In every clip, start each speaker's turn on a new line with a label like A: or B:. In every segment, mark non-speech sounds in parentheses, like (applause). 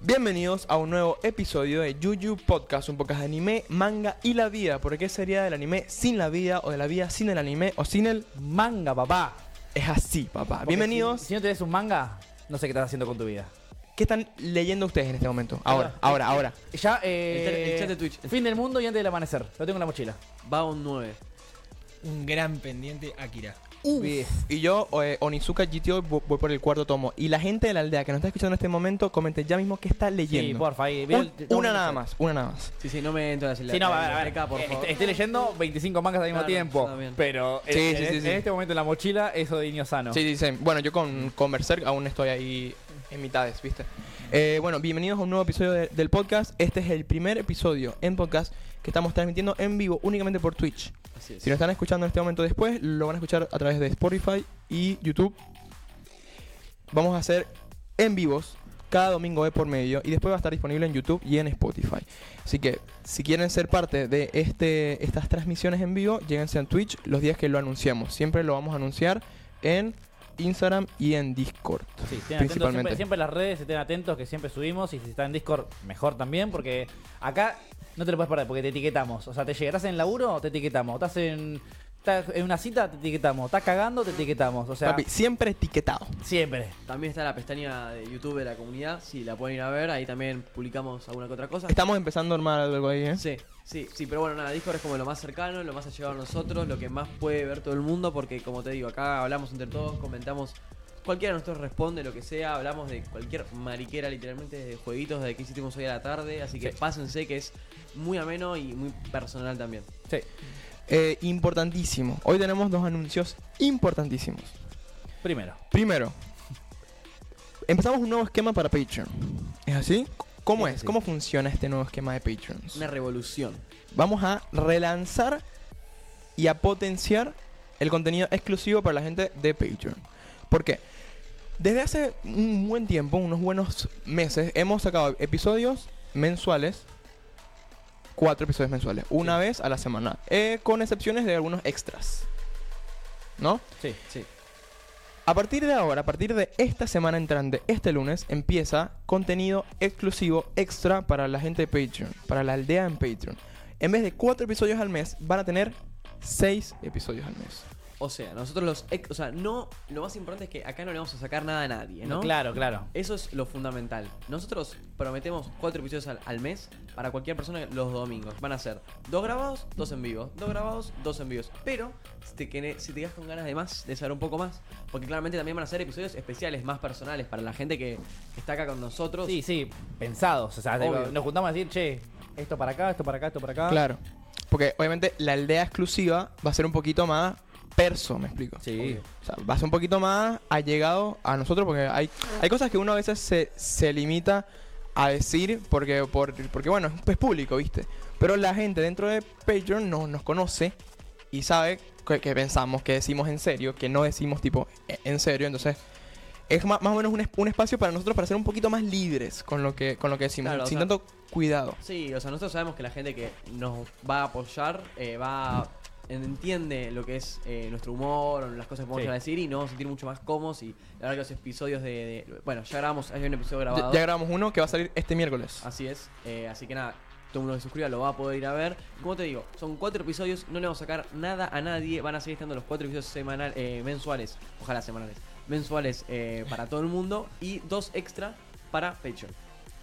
A: Bienvenidos a un nuevo episodio de Yuyu Podcast, un podcast de anime, manga y la vida. Porque ¿qué sería del anime sin la vida o de la vida sin el anime o sin el...
B: Manga, papá.
A: Es así, papá.
B: Porque
A: Bienvenidos.
B: Si, si no tienes un manga, no sé qué estás haciendo con tu vida.
A: ¿Qué están leyendo ustedes en este momento? Ahora, ahora, ahora.
B: Ya, eh,
C: El chat- el chat de Twitch.
B: Fin del mundo y antes del amanecer. Lo tengo en la mochila.
C: Va un 9.
D: Un gran pendiente, Akira.
B: Bien.
A: Y yo, eh, Onizuka GTO, vo- voy por el cuarto tomo. Y la gente de la aldea que nos está escuchando en este momento, comente ya mismo qué está leyendo.
B: Sí, porfa. ahí,
A: Un-
B: mira, te- tengo
A: una
B: que-
A: nada más, una nada más.
C: Sí, sí, no me entro a la
B: Sí, no, a ver, a ver.
C: acá, por
B: Eh,
C: favor.
B: est- Estoy leyendo 25 mangas al mismo
C: Claro,
B: tiempo.
C: está bien.
B: Pero
A: Sí,
B: en,
A: sí,
B: en-
A: sí,
B: en
A: sí.
B: este momento en la mochila, eso de niño sano.
A: Sí, sí, sí. Bueno, yo con, con Berserk aún estoy ahí en mitades, ¿viste? Eh, bueno, bienvenidos a un nuevo episodio de- del podcast. Este es el primer episodio en podcast que estamos transmitiendo en vivo únicamente por Twitch.
C: Así es.
A: Si nos están escuchando en este momento después, lo van a escuchar a través de Spotify y YouTube. Vamos a hacer en vivos cada domingo de por medio y después va a estar disponible en YouTube y en Spotify. Así que si quieren ser parte de este, estas transmisiones en vivo, lléguense a Twitch los días que lo anunciamos. Siempre lo vamos a anunciar en Instagram y en Discord.
B: Sí, estén atentos,
A: Principalmente.
B: siempre, siempre las redes estén atentos que siempre subimos y si está en Discord mejor también porque acá no te lo puedes perder porque te etiquetamos. O sea, te llegarás en el laburo, te etiquetamos. Estás en, estás en una cita, te etiquetamos. Estás cagando, te etiquetamos. O sea,
A: Papi, siempre etiquetado.
B: siempre.
C: También está la pestaña de YouTube de la comunidad. Si la pueden ir a ver, ahí también publicamos alguna que otra cosa.
A: Estamos empezando a armar algo ahí, ¿eh?
C: Sí, sí, sí, pero bueno, nada, Discord es como lo más cercano, lo más allegado a nosotros, lo que más puede ver todo el mundo, porque como te digo, acá hablamos entre todos, comentamos, cualquiera de nosotros responde lo que sea, hablamos de cualquier mariquera, literalmente, de jueguitos, de qué hicimos hoy a la tarde, así que
B: Sí.
C: pásense que es muy ameno y muy personal también.
B: Sí.
A: Eh, importantísimo. Hoy tenemos dos anuncios importantísimos.
B: Primero.
A: Primero, empezamos un nuevo esquema para Patreon. ¿Es así? ¿Cómo
C: Es
A: es?
C: así.
A: ¿Cómo funciona este nuevo esquema de Patreons?
C: Una revolución.
A: Vamos a relanzar y a potenciar el contenido exclusivo para la gente de Patreon. ¿Por qué? Desde hace un buen tiempo, unos buenos meses, hemos sacado episodios mensuales. Cuatro episodios mensuales. Una vez a la semana. eh, con excepciones de algunos extras. ¿No?
B: Sí.
C: Sí.
A: A partir de ahora, a partir de esta semana entrante, este lunes, empieza contenido exclusivo extra para la gente de Patreon, para la aldea en Patreon. En vez de cuatro episodios al mes, van a tener seis episodios al mes.
C: O sea, nosotros los... ex- O sea, no... Lo más importante es que acá no le vamos a sacar nada a nadie, ¿no?
B: Claro, claro.
C: Eso es lo fundamental. Nosotros prometemos cuatro episodios al, al mes para cualquier persona los domingos. Van a ser dos grabados, dos en vivo. Dos grabados, dos en vivos. Pero si te, quene- si te quedas con ganas de más, de saber un poco más, porque claramente también van a ser episodios especiales, más personales, para la gente que, que está acá con nosotros.
B: Sí, sí, pensados. O sea,
C: Obvio.
B: digo, nos juntamos a decir, che, esto para acá, esto para acá, esto para acá.
A: Claro. Porque obviamente la aldea exclusiva va a ser un poquito más perso, me explico.
B: Sí.
A: O sea, va a ser un poquito más allegado a nosotros porque hay, hay cosas que uno a veces se, se limita a decir porque, por- porque bueno, es, es público, ¿viste? Pero la gente dentro de Patreon no, nos conoce y sabe que, que pensamos, que decimos en serio, que no decimos tipo e- en serio. Entonces, es ma- más, o menos un, es- un espacio para nosotros para ser un poquito más libres con lo que, con lo que decimos,
C: Claro, o
A: sin
C: sea-
A: tanto cuidado.
C: Sí, o sea, nosotros sabemos que la gente que nos va a apoyar eh, va entiende lo que es eh, nuestro humor, o las cosas que vamos
B: Sí.
C: a decir y nos vamos a sentir mucho más cómodos y la verdad que los episodios de... de- bueno, ya grabamos, hay un episodio
A: Ya,
C: grabado.
A: ya grabamos uno que va a salir este miércoles.
C: Así es, eh, así que nada, todo el mundo que se suscriba lo va a poder ir a ver. Como te digo, son cuatro episodios, no le vamos a sacar nada a nadie, van a seguir estando los cuatro episodios semanal, eh, mensuales, ojalá semanales, mensuales eh, para todo el mundo y dos extra para Patreon.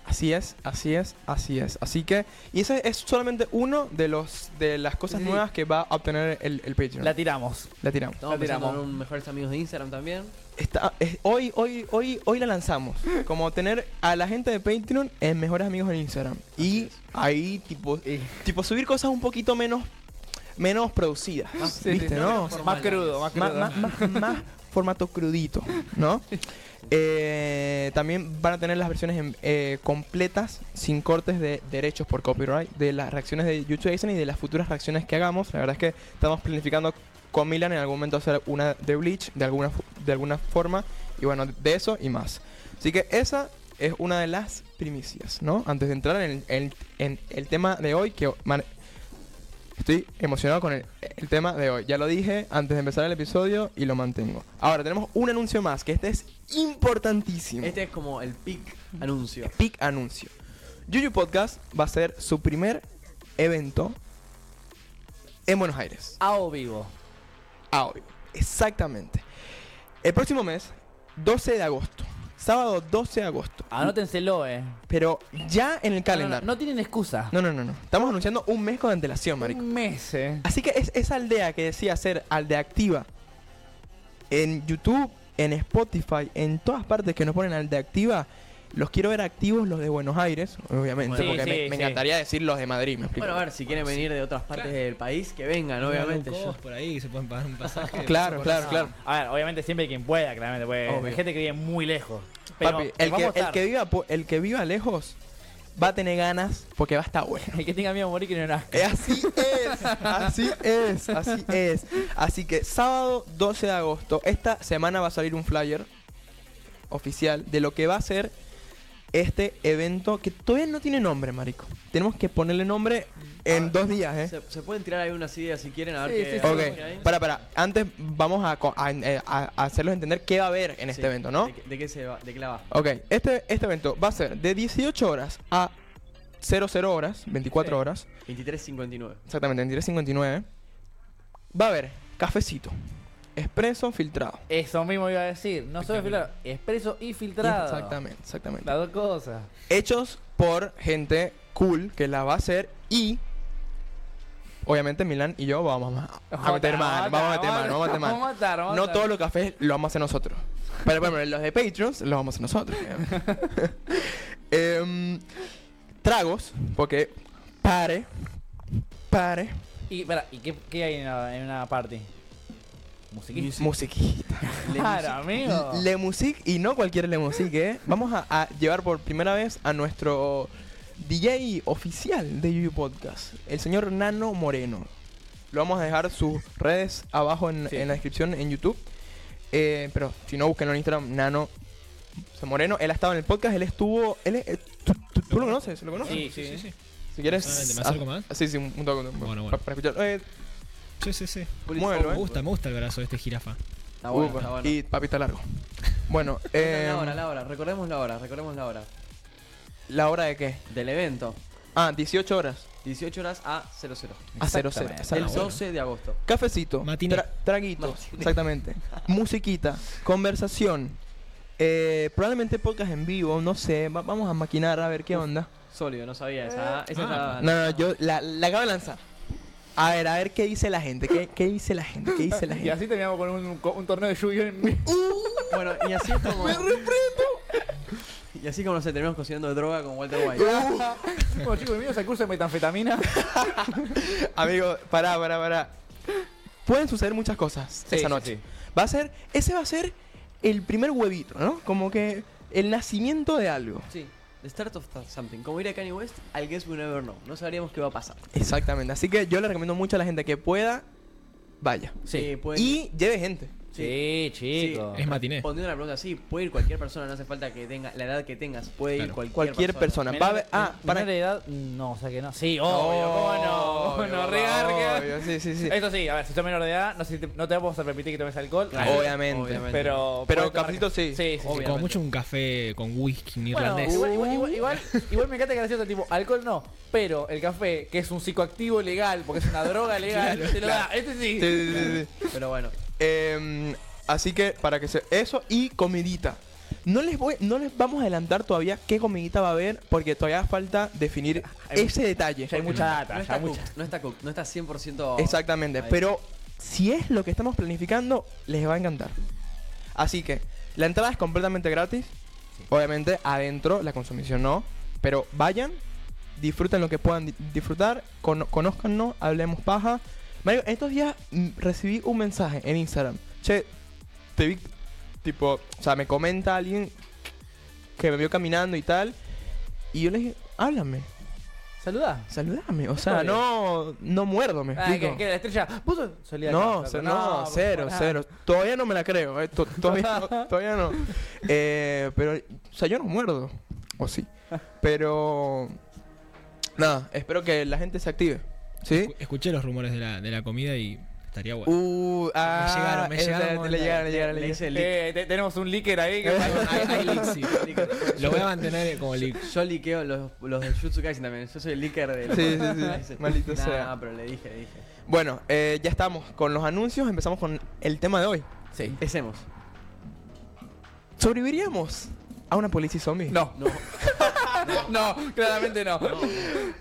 A: Así es, así es, así es. Así que, y ese es solamente uno de los de las cosas
C: Sí, sí.
A: nuevas que va a obtener el, el Patreon.
B: La
A: La,
B: tiramos.
A: tiramos.
C: Estamos
B: La tiramos.
C: pensando en un mejores amigos de Instagram también.
A: Está- es- hoy, hoy, hoy, hoy la
C: (laughs)
A: lanzamos. Como tener a la gente de Patreon en mejores amigos en Instagram.
C: Así
A: y
C: es. Eh.
A: ahí tipo, tipo subir cosas un poquito menos, menos producidas.
C: Ah, sí,
A: ¿Viste?
C: sí,
A: ¿no?
C: sí, sí.
B: Más crudo, más
A: Má-
B: crudo.
A: má- má-
B: (laughs)
A: más formato crudito, ¿no? Eh, también van a tener las versiones en- eh, completas, sin cortes de derechos por copyright, de las reacciones de YouTube Jason y de las futuras reacciones que hagamos. La verdad es que estamos planificando con Milan en algún momento hacer una de Bleach, de alguna, fu- de alguna forma, y bueno, de eso y más. Así que esa es una de las primicias, ¿no? Antes de entrar en el, en- en el tema de hoy, que man- estoy emocionado con el, el tema de hoy. Ya lo dije antes de empezar el episodio y lo mantengo. Ahora tenemos un anuncio más, que este es importantísimo.
C: Este es como el pic anuncio.
A: Pic anuncio. Yuyu Podcast va a ser su primer evento en Buenos Aires.
B: A o vivo.
A: Ah, obvio. Exactamente. El próximo mes, 12 de agosto. Sábado 12 de agosto.
B: Anótenselo, eh.
A: Pero ya en el
B: No, no, no,
A: calendario.
B: no tienen excusa.
A: No, no, no, no. Estamos anunciando un mes con antelación, marico.
B: Un mes, eh.
A: Así que es, esa aldea que decía ser aldea activa en YouTube, en Spotify, en todas partes que nos ponen aldea activa, los quiero ver activos los de Buenos Aires, obviamente,
B: Sí,
A: porque
B: sí,
A: me, me
B: sí.
A: encantaría decir los de Madrid, me explico.
C: Bueno, a ver, si quieren venir de otras partes
D: Claro.
C: del país, que vengan,
D: Hay
C: obviamente.
D: low
C: Yo.
D: cost por ahí que se pueden pagar un
A: (laughs)
D: pasaje.
A: claro, claro,
B: No.
A: claro.
B: A ver, obviamente siempre quien pueda, claramente. Porque
A: Obvio.
B: hay gente que vive muy lejos. Pero
A: Papi,
B: nos
A: el
B: vamos
A: que,
B: a
A: el
B: estar.
A: que viva, po- el que viva lejos va a tener ganas porque va a estar bueno.
B: El que tenga miedo a morir que no nazca.
A: Eh, Así es, así es, así es. Así que sábado 12 de agosto, esta semana va a salir un flyer oficial de lo que va a ser este evento que todavía no tiene nombre, marico. Tenemos que ponerle nombre en
C: Ah,
A: dos días, ¿eh?
C: Se, se pueden tirar ahí unas ideas si quieren, a ver
B: Sí,
C: qué.
B: sí, sí.
C: a ver
A: Ok,
C: qué hay.
A: para, para. Antes vamos a, co- a- eh, a- a hacerlos entender qué va a haber en este
C: Sí,
A: evento, ¿no?
C: ¿De, qué- de qué se va? ¿De qué la va?
A: Ok, este, este evento va a ser de 18 horas a 00 horas, 24
B: Sí.
A: horas.
C: 23.59.
A: Exactamente, en 10.59. Va a haber cafecito, expreso filtrado.
B: Eso mismo iba a decir. No solo filtrado, expreso y filtrado.
A: Exactamente, exactamente.
B: Las dos cosas.
A: Hechos por gente cool que la va a hacer y. Obviamente Milán y yo vamos a, a meter mano, vamos a meter mano, vamos a meter
B: Ah, Vamos a
A: mano.
B: matar, vamos a
A: No
B: matar.
A: todos los cafés lo vamos a hacer nosotros. Pero bueno, los de Patreons los vamos a hacer nosotros. (laughs) Em, tragos, porque pare, pare,
B: ¿Y, pará, ¿y qué, qué hay en una, en una (laughs) party? Musiquista.
A: musiquita.
B: Claro, amigo.
A: Le Music y no cualquier Le Music,
C: (laughs)
A: ¿eh? Vamos a, a llevar por primera vez a nuestro DJ oficial de Yuyu Podcast, el señor Nano Moreno. Lo vamos a dejar sus redes abajo en,
B: Sí.
A: en la descripción en YouTube. Eh, pero si no, búsquenlo en Instagram, Nano Moreno. Él ha estado en el podcast, él estuvo. Él es- eh, tú, tú- tú lo conoces? ¿Lo conoces?
B: Sí,
D: Sí, sí, sí.
A: Si quieres.
D: Solamente, ¿me
A: haz-
D: acerco más?
A: Sí, sí, un, un toque. un-
D: Bueno, bueno.
A: pa- Para, escuchar. Eh,
D: Sí, sí, sí.
A: muévelo,
D: Me
A: ¿eh?
D: gusta, me gusta el brazo de este jirafa.
C: Está Ah, bueno,
A: Upa,
C: está bueno.
A: Y papi está largo. Bueno, eh,
C: (laughs) la hora, la hora, recordemos la hora, recordemos la hora.
A: ¿la hora de qué?
C: Del evento,
A: Ah, 18 horas.
C: 18 horas a 00.
A: A 00.
B: Exactamente.
A: esa es
C: el
A: la hora.
C: 12 de agosto.
A: Cafecito.
D: Matiné.
A: tra- traguito.
C: Matiné.
B: (laughs)
A: Exactamente. Musiquita. Conversación. eh, probablemente podcast en vivo. No sé. va- vamos a maquinar a ver qué onda.
C: Sólido, no sabía esa. Esa
D: Ah.
C: estaba-
A: No, Eh, no, yo la, la acabo de lanzar. A ver, a ver qué dice la gente. ¿Qué, qué dice la gente? ¿Qué dice la
B: (laughs) Y
A: gente?
B: así terminamos con un, co- un torneo de lluvia en (laughs) mi.
C: Bueno, y
A: (laughs)
C: así es como. (laughs) Y así como nos terminamos cocinando de droga con Walter
A: (laughs)
C: White.
B: Bueno, chicos, bienvenidos al curso de metanfetamina.
A: Amigo, pará, pará, pará. Pueden suceder muchas cosas
B: Sí,
A: esa
B: sí,
A: noche.
B: sí.
A: Va a ser. Ese va a ser el primer huevito, ¿no? Como que el nacimiento de algo.
C: Sí, the start of something. Como ir a Kanye West, al guess we never know. No sabríamos qué va a pasar.
A: Exactamente. Así que yo le recomiendo mucho a la gente que pueda, vaya.
C: Eh, pueden-
A: Y lleve gente.
B: Sí, chicos.
D: Es matiné.
C: Poniendo una pregunta así, puede ir cualquier persona, no hace falta que tenga la edad que tengas, puede ir
D: Claro.
C: cualquier,
A: Cualquier persona. Va a haber- ah,
B: para
A: para.
B: de edad, no, o sea que no. Sí, obvio, cómo no.
A: Obvio,
B: no,
A: obvio,
B: regarga.
A: obvio, Sí, sí,
B: (laughs)
A: sí.
B: Esto sí, a ver, si sos menor de edad, no, sé si te, no te vamos a permitir que tomes alcohol.
C: Claro.
A: Obviamente.
C: Obviamente.
B: Pero.
A: Pero
B: puedes tomar-
A: cafecito sí.
B: Sí, sí, sí.
C: Obvio.
D: Como mucho un café con whisky
B: Bueno,
D: irlandés.
B: igual, igual, igual, igual, igual me encanta que gracioso, tipo, alcohol no, pero el café, que es un psicoactivo legal, porque es una droga legal, te lo da. Este
A: Sí,
B: sí.
A: sí, sí, sí.
C: Pero bueno,
A: Em, así que para que se. Eso y comidita. No les voy, no les vamos a adelantar todavía qué comidita va a haber, porque todavía falta definir
B: Hay-
A: ese detalle.
B: Ya hay mucha data,
C: no
B: ya
C: está,
B: hay
C: cook,
B: mucha.
C: no está cook, no está 100%. (laughs)
A: Exactamente,
C: Ahí.
A: pero si es lo que estamos planificando, les va a encantar. Así que la entrada es completamente gratis. Obviamente adentro la consumición no, pero vayan, disfruten lo que puedan di- disfrutar, cono- conózcanos, hablemos paja. Mario, estos días mm, recibí un mensaje en Instagram. Che, te vi tipo, o sea, me comenta alguien que me vio caminando y tal y yo le dije, "Háblame,
B: Saludá.
A: saludame", o sea,
B: Obvio.
A: no no muerdo, me
B: Ah,
A: explico.
B: que, que la estrella. Puso. Solía
A: No,
B: acá,
A: ce-
B: loco.
A: no,
B: por
A: cero,
B: favor,
A: cero. Todavía no me la creo. eh, to- todavía, no, todavía no. Eh, pero, o sea, yo no muerdo. O sí. Pero, nada, espero que la gente se active. ¿Sí?
D: Escu- Escuché los rumores de la, de la comida y estaría bueno.
A: Uh, ah,
D: llegaron, me
A: esa-
D: llegaron,
A: Le llegaron, le
D: le-
A: llegaron, le
C: le hice
A: llegaron.
C: el
B: Eh, te- tenemos un leaker
A: (laughs)
B: ahí. que-
D: Hay- hay leaks, sí. Lo voy a mantener como leak.
C: Yo liqueo los, los de Jutsu Kaisen también. Yo soy el licker de los-
A: Sí, sí, sí. Maldito
C: Nah,
A: sea.
C: pero le dije, le dije.
A: Bueno, eh, ya estamos con los anuncios. Empezamos con el tema de hoy.
B: Sí.
C: Empecemos.
A: ¿Sobreviviríamos a una policía zombie?
B: No,
C: No,
B: no, claramente no.
C: no, no.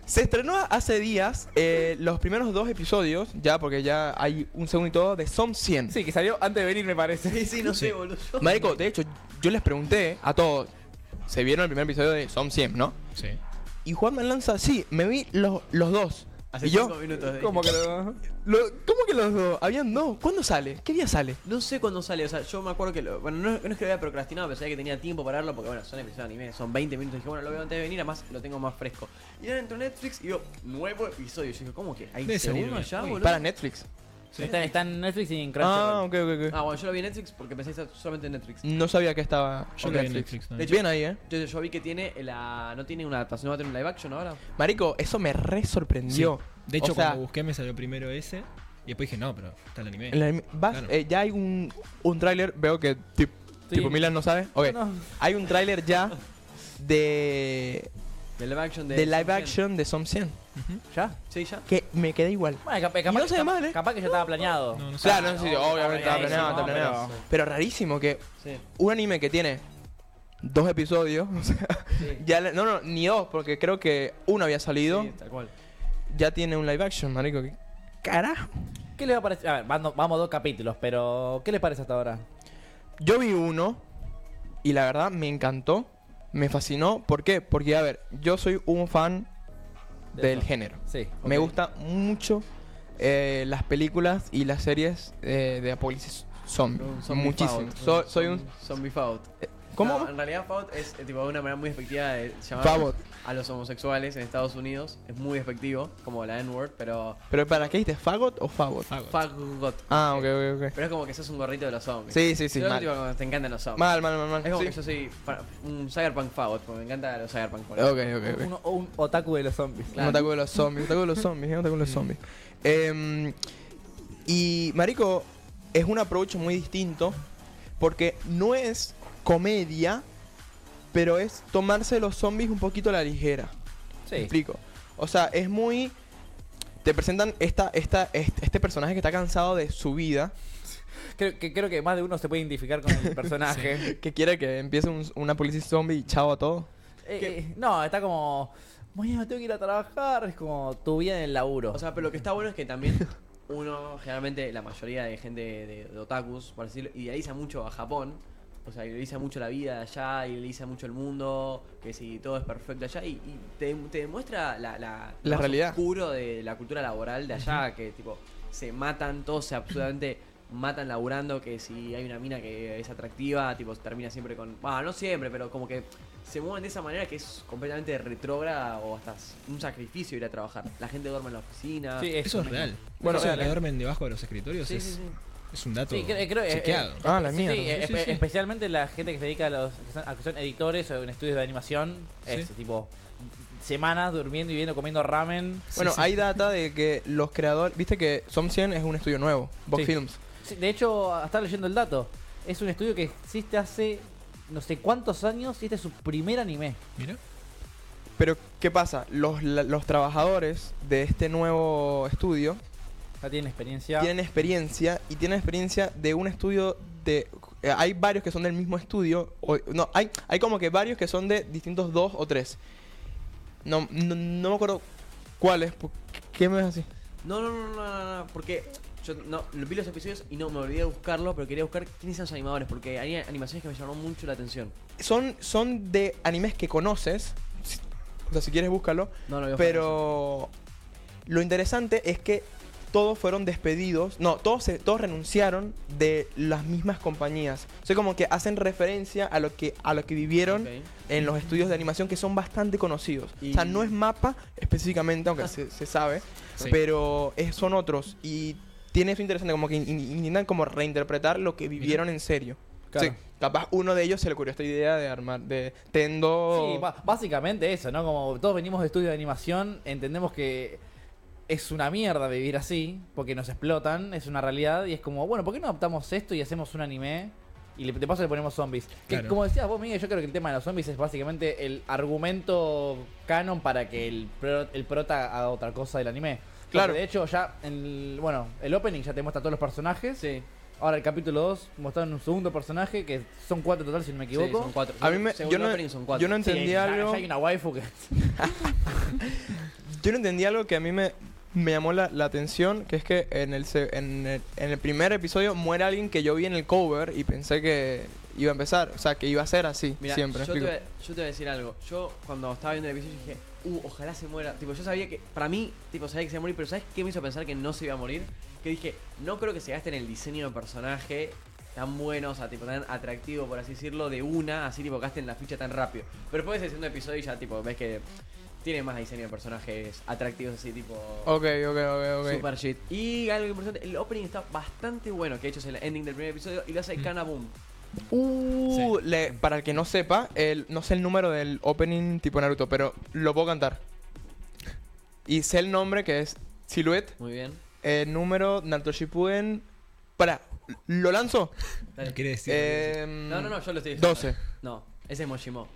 A: Se estrenó hace días eh, los primeros dos episodios, ya porque ya hay un segundo y todo, de Som 100.
B: Sí, que salió antes de venir, me parece.
C: Sí, sí, no sé,
D: Sí.
C: boludo.
A: (laughs) Marico, de hecho, yo les pregunté a todos, se vieron el primer episodio de Som 100, ¿no?
D: Sí.
A: Y Juan me lanza, sí, me vi los, los dos.
C: Hace
A: y yo,
C: cinco minutos. dije.
B: Como que lo...
A: lo- ¿cómo que los dos? Habían dos. ¿Cuándo sale? ¿Qué día sale?
C: No sé cuándo sale, o sea, yo me acuerdo que lo- Bueno, no, no es que lo haya procrastinado, pero sabía que tenía tiempo para verlo porque, bueno, son episodios de anime, son 20 minutos. dije, bueno, lo veo antes de venir, además lo tengo más fresco. Y ahora entro a Netflix y yo, nuevo episodio. Yo dije, ¿cómo que? ¿Hay
D: Debe salir
C: segundo
D: bien.
C: ya,
D: Uy,
C: Ah, boludo?
A: Para Netflix.
D: Sí.
B: Está, está en Netflix y en
A: Ah,
B: Crunchyroll.
A: ok, ok, ok.
C: Ah, bueno, yo lo vi en Netflix porque pensé que estaba solamente en Netflix.
A: No sabía que estaba
D: Yo
A: en
D: lo vi en
A: Netflix.
D: Netflix, ¿no?
C: De hecho-
A: Bien ahí, eh.
C: Yo, yo vi que tiene la. No tiene una adaptación, no va a tener un live action ahora.
A: Marico, eso me re
D: Sí.
A: sorprendió.
D: De hecho,
A: o sea-
D: cuando busqué me salió primero ese. Y después dije, no, pero está el anime.
A: En la- vas-
D: Claro.
A: eh, ya hay un, un tráiler, veo que tip-
B: Sí.
A: tipo Milan no sabe. Ok.
B: No, no.
A: Hay un tráiler ya de,
C: Del live action de.
A: de live
C: Song Chen.
A: action de Som 100.
B: ¿Ya?
C: Sí, ya.
A: Que me quedé igual.
B: Bueno, capaz,
A: Y no
B: capaz-
A: se ve mal, ¿eh?
B: capaz que ya estaba planeado.
D: No, no sé.
A: Claro, no, sí,
C: Ah,
A: obviamente está
B: obviamente,
A: planeado, está
B: no,
A: planeado. Pero... rarísimo que
C: Sí.
A: un anime que tiene dos episodios, (laughs) o sea,
C: Sí.
A: ya le- no, no, ni dos, porque creo que uno había salido,
C: Sí, tal cual.
A: ya tiene un live action, marico. ¿Qué carajo?
B: ¿Qué les va a parecer? A ver, vamos, vamos dos capítulos, pero ¿qué les parece hasta ahora?
A: Yo vi uno y la verdad me encantó, me fascinó. ¿Por qué? Porque, a ver, yo soy un fan
B: De
A: del
B: eso.
A: género.
B: Sí.
A: Me
C: Ok.
A: gustan mucho eh, las películas y las series eh, de Apocalipsis Zombie. Muchísimo. So- soy un...
C: Zombie Faut.
A: ¿Cómo?
C: No, en realidad, Faut es eh, tipo una manera muy despectiva de llamar
A: Favot.
C: a los homosexuales en Estados Unidos. Es muy despectivo, como la N-word, pero.
A: ¿Pero para qué dices? ¿Fagot o Fagot?
C: Ah,
D: Fagot.
C: Fagot.
A: Ah, ok, ok, ok.
C: Pero es como que sos un gorrito de los zombies.
A: Sí, sí, sí,
C: Yo,
A: mal.
C: tipo, como, te encantan los zombies.
A: Mal, mal, mal, mal.
C: Es como
A: Sí.
C: que yo soy fa- un cyberpunk Fagot, porque me encantan los cyberpunk. por
A: Ok,
C: ejemplo.
A: ok, ok.
B: Un, un otaku de los zombies.
A: No te acuerdo de los zombies, no te acuerdo de los zombies, eh, no te
C: Mm.
A: acuerdo de los zombies. Em, y Marico, es un approach muy distinto porque no es comedia, pero es tomarse los zombies un poquito a la ligera.
D: Mm.
A: ¿Me
B: Sí.
A: explico? O sea, es muy. Te presentan esta, esta, este, este personaje que está cansado de su vida,
B: Creo que, creo que más de uno se puede identificar con
D: (laughs)
B: el personaje.
A: que quiere que empiece un- una policía zombie y chao a todo.
B: Eh, eh, no, está como. Mañana tengo que ir a trabajar. Es como tu vida en el laburo.
C: O sea, pero lo que está bueno es que también uno, generalmente la mayoría de gente de, de otakus, por decirlo, idealiza mucho a Japón. O sea, idealiza mucho la vida de allá, idealiza mucho el mundo, que si todo es perfecto allá. Y, y te, te demuestra la, la, lo
A: La
C: más
A: realidad.
C: oscuro de la cultura laboral de allá, que tipo, se matan, todos se absolutamente matan laburando, que si hay una mina que es atractiva, tipo, termina siempre con... Ah, no siempre, pero como que se mueven de esa manera que es completamente retrógrada o hasta un sacrificio ir a trabajar. La gente duerme en la oficina.
B: Sí,
D: Eso es real.
A: Bueno,
D: Bueno, eso de
A: real,
D: que
A: eh.
D: duermen debajo de los escritorios
C: Sí,
D: es,
C: sí, sí.
D: es un dato
B: Sí, cre- creo, eh,
D: chequeado.
B: eh,
A: Ah, la
B: sí,
A: mía.
B: sí,
D: ¿no?
B: espe-
D: Sí, sí, sí.
B: especialmente la gente que se dedica a los que son, a que son editores o en estudios de animación.
D: Sí.
B: Es tipo semanas durmiendo y viendo, comiendo ramen.
A: Bueno,
D: Sí, sí.
A: hay data de que los creadores. Viste que Som 100 es un estudio nuevo, Box
B: Sí.
A: Films.
B: Sí, de hecho, estaba leyendo el dato. Es un estudio que existe hace no sé cuántos años y este es su primer anime.
D: Mira.
A: Pero, ¿qué pasa? Los, la- los trabajadores de este nuevo estudio
B: Ya tienen experiencia.
A: tienen experiencia y tienen experiencia de un estudio de... eh, hay varios que son del mismo estudio. o- no, hay, hay como que varios que son de distintos dos o tres. No, no, no me acuerdo cuáles. ¿por ¿Qué me ves así?
C: No, no, no, no, no, no, porque yo no, lo- vi los episodios y no me olvidé de buscarlo, pero quería buscar quiénes eran los animadores, porque hay animaciones que me llamaron mucho la atención.
A: Son, son de animes que conoces. si- O sea, si quieres búscalo.
C: No, no, voy a buscar eso.
A: Pero lo interesante es que todos fueron despedidos, no, todos, se, todos renunciaron de las mismas compañías. O sea, como que hacen referencia a lo que, a lo que vivieron
C: Ok.
A: en los estudios de animación que son bastante conocidos.
C: Y-
A: O sea, no es mapa específicamente, aunque se, se sabe,
D: Sí.
A: pero es- son otros. Y tiene eso interesante, como que in- in- intentan como reinterpretar lo que vivieron en serio.
B: Claro.
A: Sí, capaz uno de ellos se le ocurrió esta idea de armar, de tendo...
B: Sí, ba- básicamente eso, ¿no? Como todos venimos de estudios de animación, entendemos que es una mierda vivir así, porque nos explotan, es una realidad, y es como, bueno, ¿por qué no adaptamos esto y hacemos un anime? Y le- de paso le ponemos zombies. Que,
D: Claro.
B: Como decías vos, Miguel, yo creo que el tema de los zombies es básicamente el argumento canon para que el, pro- el prota haga otra cosa del anime. Porque,
A: Claro.
B: de hecho, ya, en, bueno, el opening ya te muestra todos los personajes.
C: Sí,
B: Ahora el capítulo 2 mostraron un segundo personaje, que son cuatro total, si no me
C: sí,
B: equivoco.
C: son cuatro.
A: A mí me-
C: Según
A: yo, no,
C: opening son cuatro.
A: yo no
B: Sí,
A: entendí
B: ya- ya
A: algo.
B: hay una waifu (laughs) que...
A: Yo no entendí algo que a mí me, me llamó la, la atención, que es que en el, se- en, el, en el primer episodio muere alguien que yo vi en el cover y pensé que iba a empezar, o sea, que iba a ser así,
C: Mirá,
A: siempre.
C: Yo te,
A: explico.
C: voy a, yo te voy a decir algo. Yo cuando estaba viendo el episodio dije, uh, ojalá se muera. Tipo, yo sabía que, para mí, tipo, sabía que se iba a morir, pero ¿sabes qué me hizo pensar que no se iba a morir? Que dije, no creo que se gasten el diseño de personaje tan bueno, o sea, tipo, tan atractivo, por así decirlo, de una, así, tipo, gasten la ficha tan rápido. Pero después del segundo episodio y ya, tipo, ves que tiene más diseño de personajes atractivos, así, tipo...
A: Ok, ok, ok, ok.
C: Super shit. Y algo importante, el opening está bastante bueno, que de hecho es el ending del primer episodio y
A: Mm.
C: lo hace Kanaboom.
A: Uh, le- para el que no sepa, el, no sé el número del opening tipo Naruto, pero lo puedo cantar. Y sé el nombre que es Silhouette,
C: Muy bien.
A: el número Naruto Shippuden. Para, ¿lo lanzo?
C: Dale.
D: No quiere decir.
A: Em,
C: No, no, no, yo lo estoy diciendo.
A: 12.
C: No, ese es Moshimo.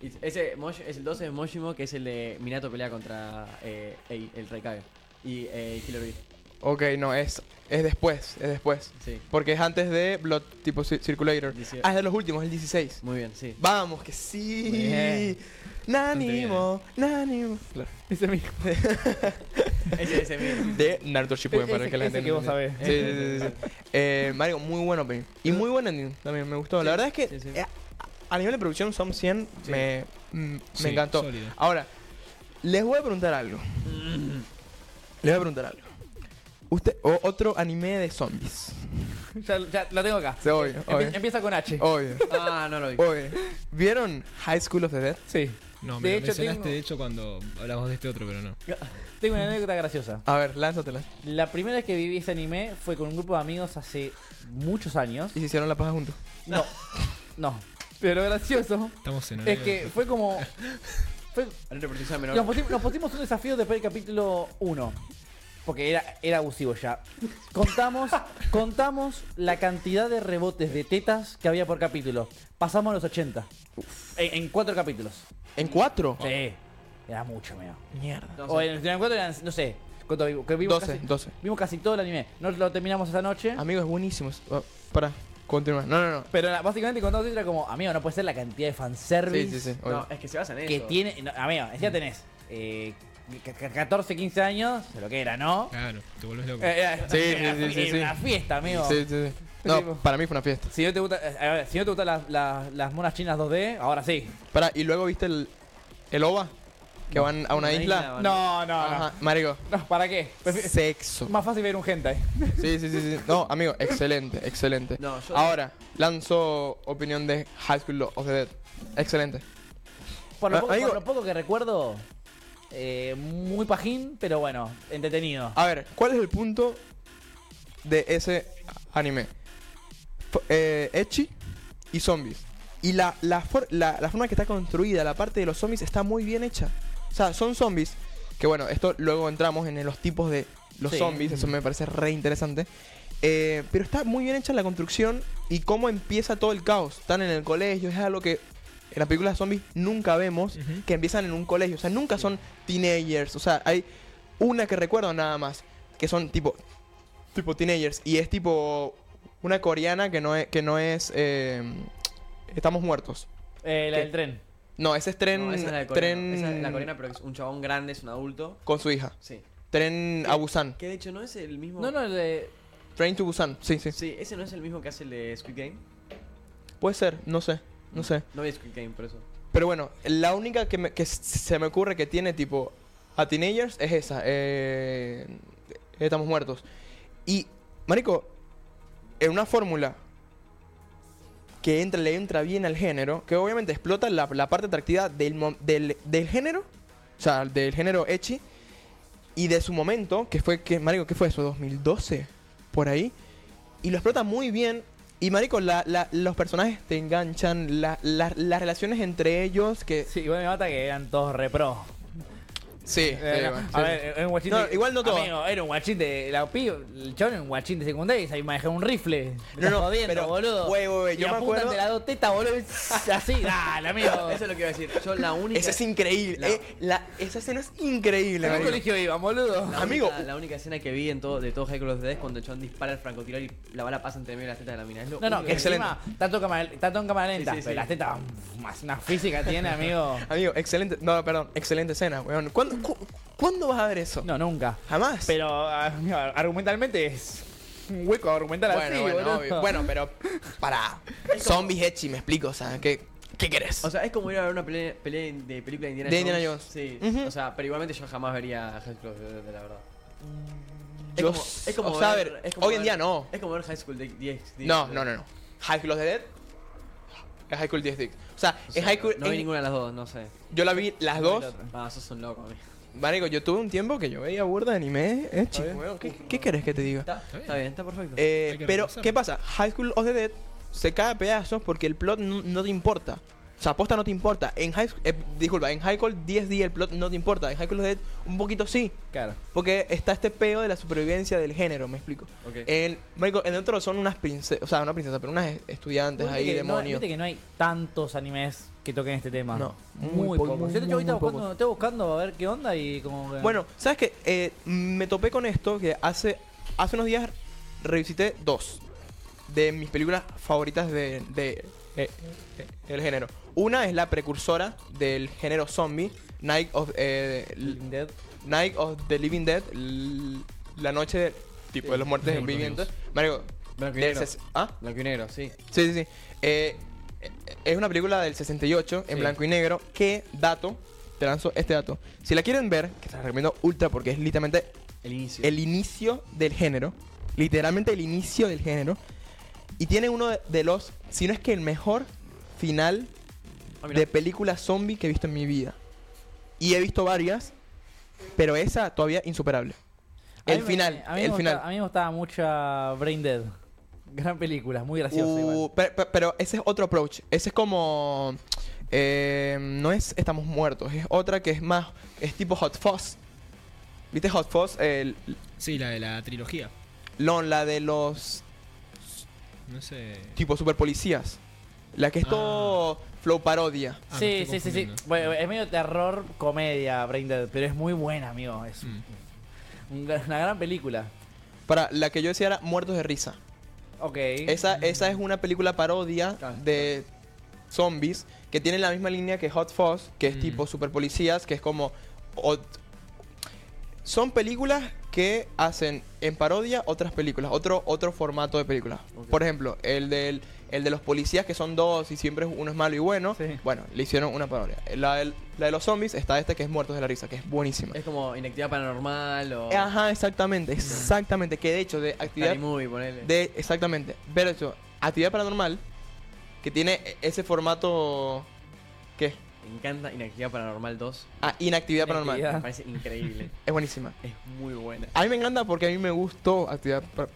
C: Y Ese Mosh- es el 12 de Moshimo, que es el de Minato pelea contra eh, Ei- el Raikage. Y eh, Killer Bee.
A: Ok, no, es, es después, es después.
C: Sí,
A: Porque es antes de Blood tipo Cir- Circulator.
C: Dieci-
A: Ah, es de los últimos, el 16.
C: muy bien, sí.
A: Vamos, que
B: Muy
A: sí.
B: bien.
A: Nanimo, Nanimo. Claro.
B: Ese mismo.
C: Ese, ese mismo.
A: De Naruto Shippuden,
B: Ese-
A: para que la
B: ese
A: gente
B: que vos
A: entienda.
B: sabés.
A: Sí, sí,
B: (laughs)
A: sí. sí. Eh, Mario, muy buen opening. Y muy buen ending también, me gustó.
C: Sí,
A: la verdad es que
C: sí, sí.
A: eh, a nivel de producción, Som 100
C: Sí.
A: me, mm,
D: Sí,
A: me encantó.
D: sólido.
A: Ahora, les voy a preguntar algo. Mm. Les voy a preguntar algo. Usted, o- otro anime de zombies.
B: Ya, ya lo tengo acá. Oh,
A: Sí, obvio,
B: Empie-
A: obvio.
B: Empieza con H.
A: Obvio.
C: Ah, no lo vi.
A: Oye, ¿vieron High School of the Dead?
B: Sí.
D: No,
B: De
D: me lo
B: hecho,
D: mencionaste
B: tengo-
D: de hecho cuando hablamos de este otro, pero no.
B: Tengo una anécdota graciosa.
A: A ver, lánzatela.
B: La primera vez que viví ese anime fue con un grupo de amigos hace muchos años.
A: Y se hicieron la paja juntos.
B: No, no. Pero lo gracioso
D: Estamos en
B: es que fue como. fue-
C: Ahora te protección menor.
B: nos, pusimos, nos pusimos un desafío después del capítulo 1. Porque era, era abusivo ya. Contamos, contamos la cantidad de rebotes de tetas que había por capítulo. Pasamos los 80. En, en cuatro capítulos.
A: ¿En cuatro?
B: Sí. Era mucho, mira.
A: Mierda.
C: No sé.
B: O en el final cuatro eran, no sé, cuánto vimos, que vimos
A: 12,
B: casi,
A: 12.
B: vimos casi todo el anime. No lo terminamos esa noche,
A: Amigos, es buenísimo. Oh, para, continúa. No, no, no.
B: pero la- básicamente cuando todo era como, amigo, no puede ser la cantidad de fanservice
A: Sí, sí, sí. Mm. obvio.
C: No, es que se basan en
B: que
C: eso.
B: tiene, no, amigo, ya tenés eh, c- c- 14, 15 años, se lo que era, ¿no?
D: Claro, te vuelves loco.
B: Eh, era-
A: Sí, sí,
B: era-
A: sí, sí,
B: era
A: sí.
B: una fiesta, amigo.
A: Sí, sí, sí. No, para mí fue una fiesta.
B: Si no te gusta, eh, a ver, si no te gustan las, las- las monas chinas 2D, ahora sí.
A: Para, y luego viste el, el OVA, que van a una,
C: Una
A: isla.
C: isla, van.
B: No, no, no.
A: Ajá, marico.
B: No, ¿Para qué? Prefi-
A: Sexo.
B: Es más fácil ver un hentai.
A: Sí, sí, sí, sí. No, amigo, excelente, excelente.
C: No, yo-
A: Ahora, lanzo opinión de High School of the Dead. Excelente.
B: Por lo,
A: Ah,
B: poco,
A: amigo.
B: por lo poco que recuerdo, eh, muy pajín, pero bueno, entretenido.
A: A ver, ¿cuál es el punto de ese anime? F- eh, Echi y zombies. Y la, la, for- la- la forma que está construida, la parte de los zombies está muy bien hecha. O sea, son zombies. Que bueno, esto luego entramos en los tipos de los
B: Sí.
A: zombies. Eso me parece re interesante. Eh, pero está muy bien hecha la construcción y cómo empieza todo el caos. Están en el colegio, es algo que en las películas de zombies nunca vemos
D: Ujú.
A: que empiezan en un colegio. O sea, nunca son teenagers. O sea, hay una que recuerdo nada más. Que son tipo. Tipo teenagers. Y es tipo. Una coreana que no es. Que no es eh, estamos muertos.
B: Eh, la
A: ¿Qué?
B: del tren.
A: No, ese es tren.
C: No, esa es la de Corea.
A: tren
C: Esa es la coreana, pero es un chabón grande, es un adulto.
A: Con su hija.
C: Sí.
A: Tren a Busan.
C: Que de hecho no es el mismo.
B: No, no, el de.
A: Train to Busan. Sí, sí.
C: Sí, ese no es el mismo que hace el de Squid Game.
A: Puede ser, no sé. No sé.
C: No vi Squid Game, por eso.
A: Pero bueno, la única que, me- que s- se me ocurre que tiene tipo a teenagers es esa. eh, estamos muertos. Y, Marico, en una fórmula que entra, le entra bien al género, que obviamente explota la, la parte atractiva del, mo- del, del género, o sea, del género Echi, y de su momento, que fue, que, Marico, ¿qué fue eso? ¿2012? Por ahí. Y lo explota muy bien. Y marico, la- la- los personajes te enganchan, la- la- las relaciones entre ellos que...
B: Sí, igual me mata que eran todos repro.
A: Sí, sí,
B: Eh, no,
A: bueno,
B: a
A: sí.
B: ver, era un guachín.
A: No,
B: de-
A: igual no todo.
B: Amigo, era un guachín de. La, pi- el chabón era un guachín de secundaria y se manejaba un rifle. Me
A: No,
B: estás
A: no,
B: jodiendo,
A: pero,
B: boludo.
A: güey, güey, güey,
B: Y
A: yo me
B: apuntan
A: acuerdo-
B: de las dos tetas,
A: (laughs)
B: boludo. y Así, dale, amigo.
C: Eso es lo que iba a decir. Yo la única.
A: Esa es increíble.
C: La-
A: eh, la- esa escena es increíble,
B: ¿En qué
A: marico.
B: colegio iban, boludo?
C: la única-
A: amigo.
C: La única escena que vi en todo, de todo High School of the Dead es cuando el chabón dispara al francotirador y la bala pasa entre medio de las tetas de la mina. Es lo
B: No, no, que
C: único que vi.
A: Excelente.
B: encima, tanto, cámara- tanto en cámara lenta,
C: Sí, sí, sí.
B: pero las tetas, más una física tiene, amigo.
A: Amigo, excelente. No, perdón, excelente escena, weón. ¿Cuándo, cu- ¿cuándo vas a ver eso?
B: No, nunca.
A: Jamás.
B: Pero ah, amigo, argumentalmente es un hueco argumental
A: bueno,
B: así,
A: bueno,
B: boludo.
A: obvio. bueno, pero para zombies hechi, me explico, o sea, ¿qué, qué querés?
C: O sea, es como ir a ver una pelea, pelea de película de Indiana
A: De
C: Jones.
A: Indiana
C: Sí.
A: Ujú.
C: O sea, pero igualmente yo jamás vería High School of the Dead, la verdad. Es
A: Yo
C: como,
A: s-
C: es como
A: o sea, a
C: ver-
A: ver,
C: es como
A: hoy en
C: ver-
A: día no.
C: Es como ver High School de 10.
A: no, no, no, no. High School of the Dead. Es High School 10 Dick. O sea,
C: O sea,
A: en High School.
C: No vi
A: en-
C: ninguna de las dos, no sé.
A: Yo la vi las
B: No vi
A: dos.
B: la otra.
C: Ah, sos un loco, amigo.
A: Marico, yo tuve un tiempo que yo veía burda de anime. Eh, chico, weón, ¿qué, ¿Qué querés que te diga?
C: Está,
D: bien.
C: está bien, está perfecto.
A: Eh,
D: Hay que
A: pero,
D: repasar.
A: ¿qué pasa? High School of the Dead se cae a pedazos porque el plot no, no te importa. O sea, aposta no te importa. En High School, disculpa, en High School 10D el plot no te importa. En High School of the Dead un poquito sí.
B: Claro.
A: Porque está este peo de la supervivencia del género, me explico.
C: Ok.
A: En, marico, en otro son unas princesas, o sea, no princesas, pero unas estudiantes
B: Viste
A: ahí,
B: que no-
A: demonios.
B: Viste que no hay tantos animes que toquen este tema.
A: No, muy
B: muy,
A: po-
B: pocos.
A: muy,
B: Yo de hecho
A: muy,
B: ahorita
A: muy
B: buscando,
A: pocos.
B: estoy buscando a ver qué onda y como que-
A: Bueno, ¿sabes qué? Eh, me topé con esto que hace, hace unos días revisité dos de mis películas favoritas de, de- eh, eh, el género. Una es la precursora del género zombie, Night of, eh,
B: Living Dead.
A: Night of the Living Dead, l- la noche del tipo de los muertes
D: Sí.
A: vivientes. Marico,
C: Blanco y
A: del
C: negro.
A: ses- ¿ah?
C: Blanco y negro, sí.
A: Sí, sí, sí. Eh, eh, es una película del 68 en
C: Sí.
A: blanco y negro. ¿Qué dato? Te lanzo este dato. Si la quieren ver, que se la recomiendo ultra porque es literalmente
C: El inicio.
A: el inicio del género. Literalmente el inicio del género. Y tiene uno de, de los, si no es que el mejor final
C: Ah, mirá.
A: de película zombie que he visto en mi vida. Y he visto varias, pero esa todavía insuperable.
B: A
A: El
B: mí me-
A: final,
B: a mí me
A: el
B: gusta-
A: final.
B: a mí me gustaba mucha Brain Dead. (laughs) Gran película, muy graciosa. igual.
A: Uh, pe- pe- pero, ese es otro approach. Ese es como. eh, no es estamos muertos, es otra que es más. Es tipo Hot Fuzz. ¿Viste Hot Fuzz? El,
D: Sí, la de la trilogía.
A: Lon, la de los
D: No sé.
A: tipo super policías. La que es
D: Ah.
A: todo flow parodia.
D: Ah, me
B: sí, sí,
D: estoy
B: sí, sí.
D: confundiendo.
B: Bueno, es medio terror, comedia, Brain Dead, pero es muy buena, amigo. Es
D: Mm.
B: un- una gran película.
A: Para la que yo decía era Muertos de Risa.
B: Ok.
A: Esa, esa es una película parodia
C: Ah, Claro,
A: de zombies que tiene la misma línea que Hot Fuzz, que es
D: Mm.
A: tipo super policías, que es como... o- son películas que hacen en parodia otras películas, otro, otro formato de películas.
C: Ok.
A: Por ejemplo, el, del, el de los policías que son dos y siempre uno es malo y bueno.
B: Sí.
A: Bueno, le hicieron una parodia. La, del- la de los zombies está esta que es Muertos de la Risa, que es buenísima.
C: Es como inactividad paranormal o.
A: Eh, Ajá, exactamente, exactamente. Que de hecho de actividad
C: Scary Movie, ponele.
A: de, exactamente. Pero eso, actividad paranormal, que tiene e- ese formato. ¿Qué?
C: Me encanta Inactividad Paranormal 2.
A: Ah, inactividad
B: Inactividad.
A: paranormal.
C: Me parece
D: (laughs)
C: increíble.
A: Es buenísima.
C: Es muy buena.
A: A mí me encanta porque a mí me gustó actividad par-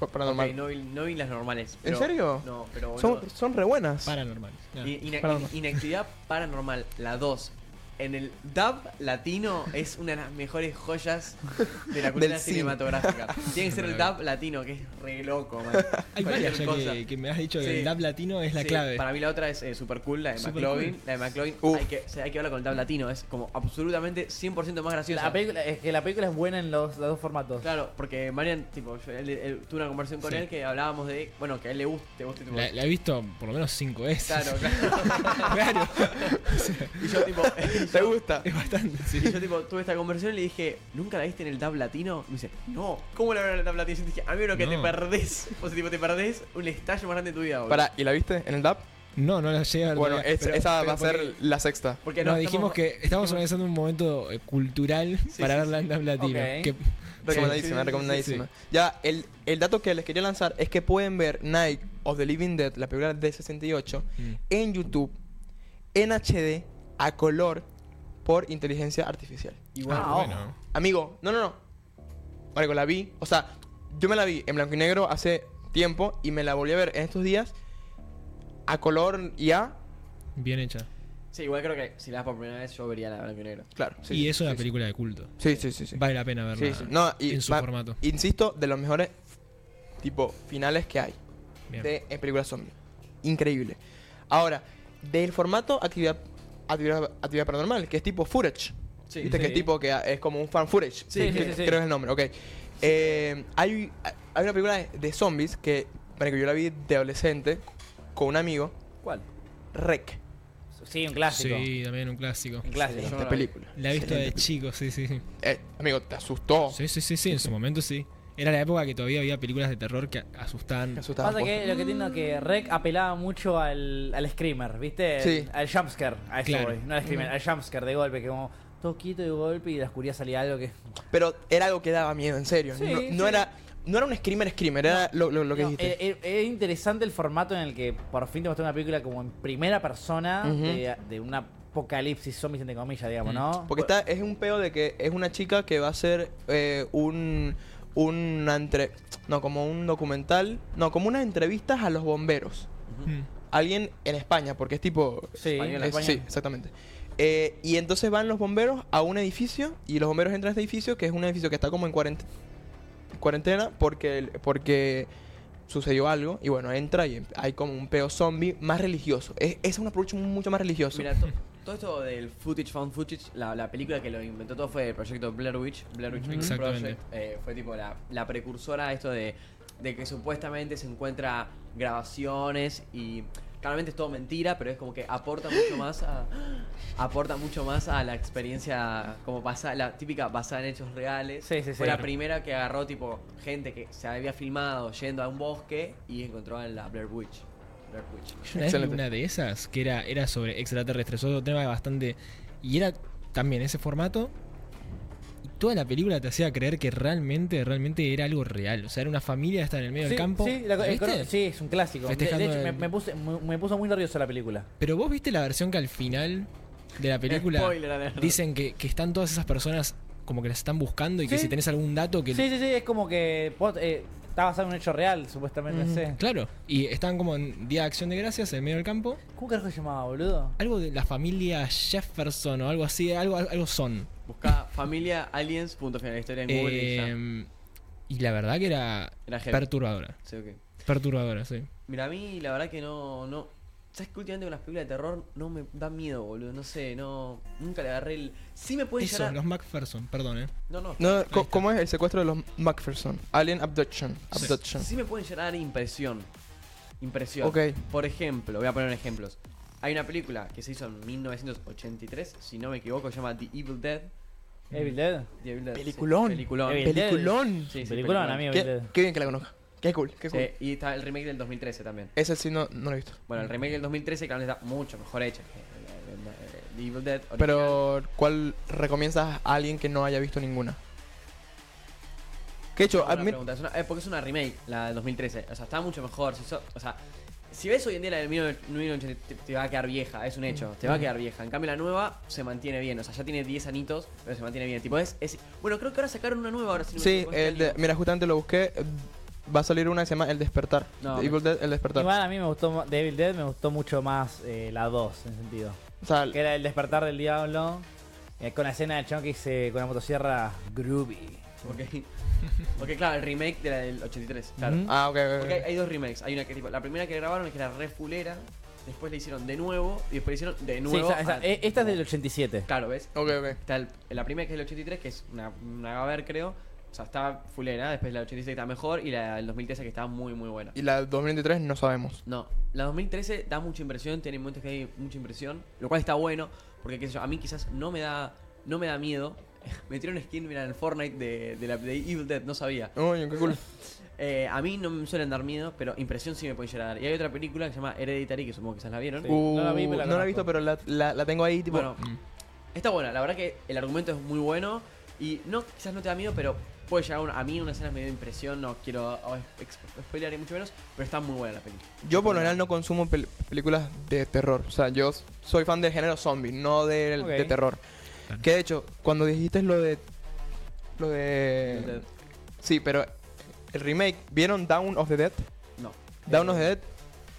A: par- paranormal.
C: Ok, no, vi, no vi las normales. pero-
A: serio?
C: No, pero boludo,
A: son, son re buenas.
D: Paranormal. Nada.
C: i- ina-
A: Paranormal.
C: in- inactividad Paranormal, la 2. En el dub latino es una de las mejores joyas
A: (laughs)
C: de la cultura
A: Del cine.
C: cinematográfica. Tiene que ser
A: (laughs)
C: el dub latino, que es re loco, man.
D: (laughs) Hay varias ya
C: Cualquier cosa.
D: que, que me has dicho
C: Sí.
D: que el dub latino es la
C: Sí,
D: clave.
C: Para mí la otra es eh, super cool, la de
D: Super
C: McLovin.
D: cool.
C: La de McLovin,
A: Uf.
C: hay que, o sea, hay que verla con el dub latino, es como absolutamente 100% más graciosa.
B: la película, es que la película es buena en los, los dos formatos.
C: Claro, porque Marian, tipo, yo- él- él- tuve una conversación con
D: Sí.
C: él que hablábamos de, bueno, que a él le guste, te guste tipo,
D: La, la he visto por lo menos cinco veces. (laughs)
C: Claro, claro.
D: Claro,
C: (laughs) y yo
D: (laughs)
C: tipo, y
A: ¿Te
C: (laughs) yo,
A: gusta?
D: es bastante. Sí.
C: y yo, tipo, tuve esta conversación y le dije, ¿nunca la viste en el dub latino? Y me dice, no, ¿cómo la vieron en el dub latino? Y yo dije, amigo, lo que
D: No.
C: te perdés. O sea, tipo, te perdés un estallo más grande de tu vida, boludo.
A: Para, ¿y la viste en el DAP?
D: No, no la llegué a ver
A: Bueno,
D: todavía,
A: es-
D: pero-
A: esa
D: pero
A: va a ser
D: porque-
A: la sexta.
C: Porque
D: no,
C: no,
D: dijimos que estamos organizando un momento eh, cultural para
C: sí,
D: verla en dub latino.
B: Ok.
D: que-
A: Recomendadísima,
C: sí,
A: recomendadísima. Ya, el, el dato que les quería lanzar es que pueden ver Night of the Living Dead, la película de 68,
D: Mm.
A: en YouTube, en HD, a color, por inteligencia artificial.
C: Igual,
D: Ah, bueno.
A: Amigo, no, no, no. Marico, la vi. O sea, yo me la vi en blanco y negro hace tiempo y me la volví a ver en estos días a color y a.
D: Bien hecha.
C: Sí, igual creo que si la das por primera vez, yo vería la blanco y negro.
A: Claro. sí,
D: y
A: sí,
D: es una
A: sí, sí.
D: película de culto.
A: Sí, sí, sí. sí.
D: Vale la pena verla
A: Sí, sí. No, y
D: en su
A: va-
D: formato.
A: Insisto, de los mejores tipo finales que hay
D: Bien.
A: de en películas zombie. Increíble. Ahora, del formato actividad actividad, actividad paranormal, que es tipo footage.
C: Sí.
A: Viste que
B: sí.
A: es tipo que es como un fan footage.
B: Sí,
A: que-
B: sí, sí, sí.
A: Creo que es el nombre, ok. Eh, hay, hay una película de, de zombies que, para que yo la vi de adolescente con un amigo,
B: ¿Cuál?
A: Rec.
B: Sí, un clásico.
D: Sí, también un clásico.
B: Un clásico.
C: Sí,
A: Esta película.
D: La he visto de
A: Excelente. Oh.
D: chico, sí, sí. sí.
A: Eh, amigo, te asustó.
D: Sí, sí, sí, sí, en su momento sí. Era la época que todavía había películas de terror que asustaban.
A: Te asustaba.
B: Pasa que lo que tiene es que Rec apelaba mucho al, al screamer, ¿viste?
A: Sí.
B: Al jumpscare, a eso
D: Claro.
B: voy, no al screamer, al jumpscare de golpe, que como todo quieto de golpe y de la oscuridad salía algo que...
A: Pero era algo que daba miedo, en serio.
B: Sí,
A: no, no
B: sí.
A: era no era un screamer screamer, era lo, lo- lo que
B: No,
A: dijiste.
B: eh, eh, Es, interesante el formato en el que por fin te mostré una película como en primera persona
A: Ujú.
B: de, de un apocalipsis zombies, entre comillas, digamos, ¿no?
A: Mm, Porque está, es un peo de que es una chica que va a hacer eh, un un entre no como un documental, no como unas entrevistas a los bomberos.
D: Mm.
A: Alguien en España, porque es tipo
B: Sí,
A: es-
B: Española,
A: sí,
B: España.
A: exactamente. Eh, y entonces van los bomberos a un edificio y los bomberos entran a este edificio que es un edificio que está como en cuarentena, cuarentena porque porque sucedió algo y bueno entra y hay como un peo zombie más religioso. Es, es un approach mucho más
B: Pues
A: religioso.
C: Mira, to- todo esto del footage, found footage, la, la película que lo inventó todo fue el proyecto Blair Witch. Blair Witch Project,
D: Exactamente.
C: eh, fue tipo la, la precursora a esto de, de que supuestamente se encuentra grabaciones y claramente es todo mentira, pero es como que aporta mucho más a, aporta mucho más a la experiencia como pasa, la típica basada en hechos reales.
B: Sí, sí, sí.
C: Fue la primera que agarró tipo gente que se había filmado yendo a un bosque y encontró en la Blair Witch. Blair Witch.
D: Yo una vez vi
A: Excelente.
D: una de esas que era, era sobre extraterrestres, otro tema bastante. Y era también ese formato. Y toda la película te hacía creer que realmente, realmente era algo real. O sea, era una familia que estaba en el medio
B: Sí,
D: del campo.
B: sí, la-
D: ¿La
B: el-
D: viste?
B: sí, es un clásico. De, de
D: Festejando
B: hecho, me,
D: el-
B: me puse- me- me puso muy nervioso la película.
D: Pero vos viste la versión que al final de la película
C: Spoiler alert.
D: dicen que, que están todas esas personas como que las están buscando y que
B: Sí.
D: si tenés algún dato que.
B: Sí, sí, sí, es como que pot- eh, está basado en un hecho real, supuestamente.
A: Ujú,
B: sí.
D: Claro. Y están como en Día de Acción de Gracias en el medio del campo.
B: ¿Cómo carajo se llamaba, boludo?
D: Algo de la familia Jefferson o algo así, algo, algo son.
C: Busca familia aliens, punto final, historia en Google y ya.
D: Eh, y la verdad que era,
C: Era heavy.
D: perturbadora.
C: Sí, ok.
D: Perturbadora, sí.
C: Mira, a mí la verdad que no, no. ¿Sabes que últimamente con las películas de terror no me da miedo, boludo? No sé, no. Nunca le agarré el. Sí me pueden
D: Eso,
C: llegar a-
D: los MacPherson, perdón, eh.
C: No, no.
A: No, co-
D: está.
A: ¿Cómo es el secuestro de los Macpherson? Alien Abduction.
D: Sí.
A: Abduction.
C: Sí me pueden llegar a dar impresión. Impresión.
A: Ok.
C: Por ejemplo, voy a poner ejemplos. Hay una película que se hizo en 1983, si no me equivoco, se llama The Evil Dead.
B: Evil Dead.
C: The Evil Dead, sí.
A: Peliculón.
C: Peliculón.
B: Evil Dead.
A: Peliculón.
C: Sí, sí,
B: Peliculón, amigo, Evil
A: Qué,
B: Dead.
A: qué bien que la conozca. Qué cool, qué cool.
C: Sí, y está el remake del 2013 también.
A: Ese sí no, no lo he visto.
C: Bueno, el remake del 2013 claramente está mucho mejor hecho. que el- el- el- el Evil Dead. original.
A: Pero, ¿cuál recomiendas a alguien que no haya visto ninguna? Que de hecho, a
C: Buena
A: mí-
C: pregunta, es una- eh, porque es una remake, la del 2013. O sea, está mucho mejor. se hizo- o sea, si ves hoy en día la del 1980, te, te va a quedar vieja, es un hecho. Te va a quedar vieja. En cambio, la nueva se mantiene bien. O sea, ya tiene 10 anitos, pero se mantiene bien. Tipo, es, es- Bueno, creo que ahora sacaron una nueva. Ahora sí, no me
A: sí,
C: equivoco, este
A: el de-
C: año.
A: mira, justamente lo busqué. Va a salir una que se llama El Despertar.
C: No,
A: The
C: me-
A: Evil Dead, El Despertar.
B: Igual a mí me gustó, ma- de Evil Dead me gustó mucho más eh, la 2, en sentido.
A: O sea,
B: Que era el despertar del diablo, eh, con la escena del chabón que hice con la motosierra Groovy.
C: Ok. Porque, (laughs) claro, el remake de la del 83. Claro.
B: Ujú.
A: ah, ok, ok, ok.
C: Porque hay, hay dos remakes. Hay una que, tipo, la primera que grabaron es que era re fulera. Después le hicieron de nuevo. Y después le hicieron de
B: Sí,
C: nuevo.
B: esa- esa-
A: Ah,
C: a-
A: e,
B: eh, esta es del 87.
C: Claro, ¿ves?
A: Ok, ok.
C: Está el- la primera que es el 83, que es una, una gaber, creo. O sea, está fulera. Después la 86 que está mejor. Y la del 2013 que está muy, muy buena.
A: Y la 2023 no sabemos.
C: No, la 2013 da mucha impresión. Tiene momentos que hay mucha impresión. Lo cual está bueno. Porque, qué sé yo, a mí quizás no me da, no me da miedo. (laughs) Metieron skin, mira, en el Fortnite de, de la de Evil Dead. No sabía.
A: Uy, qué cool.
C: Eh, a mí no me suelen dar miedo, pero impresión sí me pueden llegar a dar. Y hay otra película que se llama Hereditary, que supongo que quizás la vieron.
B: Sí. no la vi, pero la
A: Uh, no he
B: conozco.
A: visto, pero la, la- la tengo ahí, tipo.
C: Bueno, mm. está buena, la verdad que el argumento es muy bueno y no, quizás no te da miedo, pero puede llegar a una- a mí una escena me dio impresión, no quiero oh, ex- spoilear ni mucho menos, pero está muy buena la película.
A: Yo por lo general no consumo pel- películas de terror. O sea, yo soy fan del género zombie, no del-
B: Ok.
A: de, terror.
D: Claro.
A: Que de hecho, cuando dijiste lo de... Lo de... Sí, pero el remake, ¿vieron Down of the Dead?
C: No.
A: Down of the Dead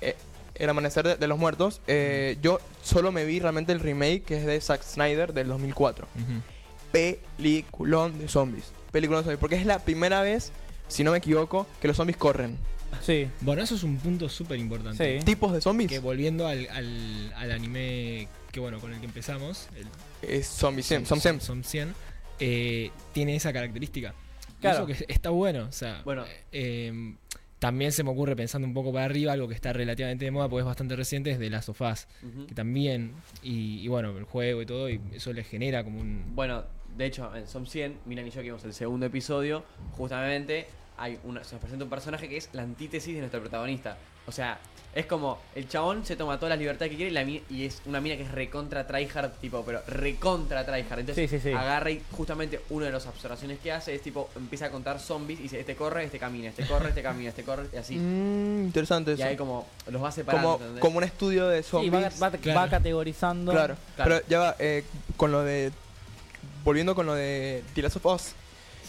A: eh, El Amanecer de, de los Muertos, eh, yo solo me vi realmente el remake que es de Zack Snyder del 2004.
D: Ujú.
A: Peliculón de zombies. Peliculón de zombies. Porque es la primera vez, si no me equivoco, que los zombies corren.
B: Sí,
D: Bueno, eso es un punto súper importante.
B: sí.
A: ¿Tipos de zombies?
D: Que volviendo al, al, al anime que bueno, con el que empezamos, el
A: Es zombies,
D: Som-
A: son Sims.
D: Som- Som- eh, tiene esa característica. Y
B: Claro.
D: Eso que está bueno. O sea,
C: Bueno.
D: eh, también se me ocurre pensando un poco para arriba, algo que está relativamente de moda, porque es bastante reciente, es de las sofás.
C: Ujú.
D: Que también, y, y bueno, el juego y todo, y eso le genera como un.
C: Bueno, de hecho, en Som 100, Milan y yo que vimos el segundo episodio, justamente hay una, se nos presenta un personaje que es la antítesis de nuestro protagonista. O sea, es como el chabón se toma todas las libertades que quiere y, la mi- y es una mina que es recontra tryhard, tipo, pero recontra tryhard. Entonces
B: Sí, sí, sí.
C: agarra y justamente una de las observaciones que hace es tipo, empieza a contar zombies y dice, este corre, este camina, este corre, este camina, este corre, y así.
A: Mm, interesante
C: Y
A: eso.
C: ahí como los va separando.
A: como,
C: ¿entendés?
A: como un estudio de
B: Sí, va,
A: zombies.
B: va- va
D: Claro.
B: categorizando.
A: Claro,
C: Claro.
A: pero ya va, eh, con lo de. Volviendo con lo de The Last of Us,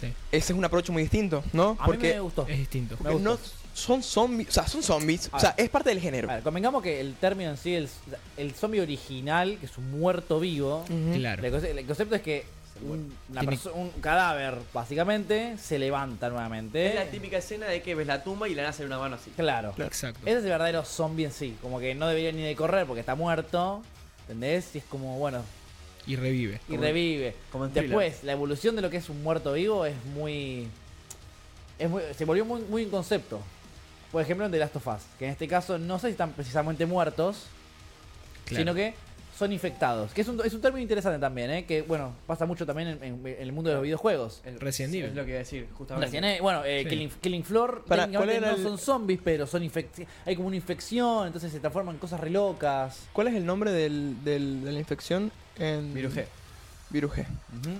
D: sí,
A: ese es un approach muy distinto, ¿no?
B: A mí me
A: Porque,
B: gustó.
D: es distinto.
B: me gustó.
A: no son zombies, o sea, son zombies,
B: A
A: o sea,
B: ver.
A: es parte del género.
B: A ver, convengamos que el término en sí, el, el zombie original, que es un muerto vivo,
A: Ujú.
D: Claro.
B: el, conce- el concepto es que un, una
D: Tiene-
B: perso- un cadáver, básicamente, se levanta nuevamente.
C: Es la típica escena de que ves la tumba y le nace una mano así.
B: Claro.
D: Exacto.
B: Ese es el verdadero zombie en sí. Como que no debería ni de correr porque está muerto. ¿Entendés? Y es como, bueno,
D: Y revive.
B: y revive.
C: como en Thriller.
B: Después, la evolución de lo que es un muerto vivo es muy. Es muy se volvió muy, muy un concepto. Por ejemplo, en The Last of Us, que en este caso no sé si están precisamente muertos,
D: Claro.
B: sino que son infectados. Que es un, es un término interesante también, ¿eh? que bueno, pasa mucho también en, en- en el mundo de los videojuegos.
C: El-
D: Resident Evil.
C: Es lo que iba a decir, justamente.
B: Recién, eh, bueno, eh,
D: Sí.
B: Killing, Killing Floor
A: Para,
B: técnicamente
A: ¿cuál era
B: no
A: el-
B: son zombies, pero son infec- hay como una infección, entonces se transforman en cosas re locas.
A: ¿Cuál es el nombre del, del- de la infección en.
C: Virus G.
A: Virus G.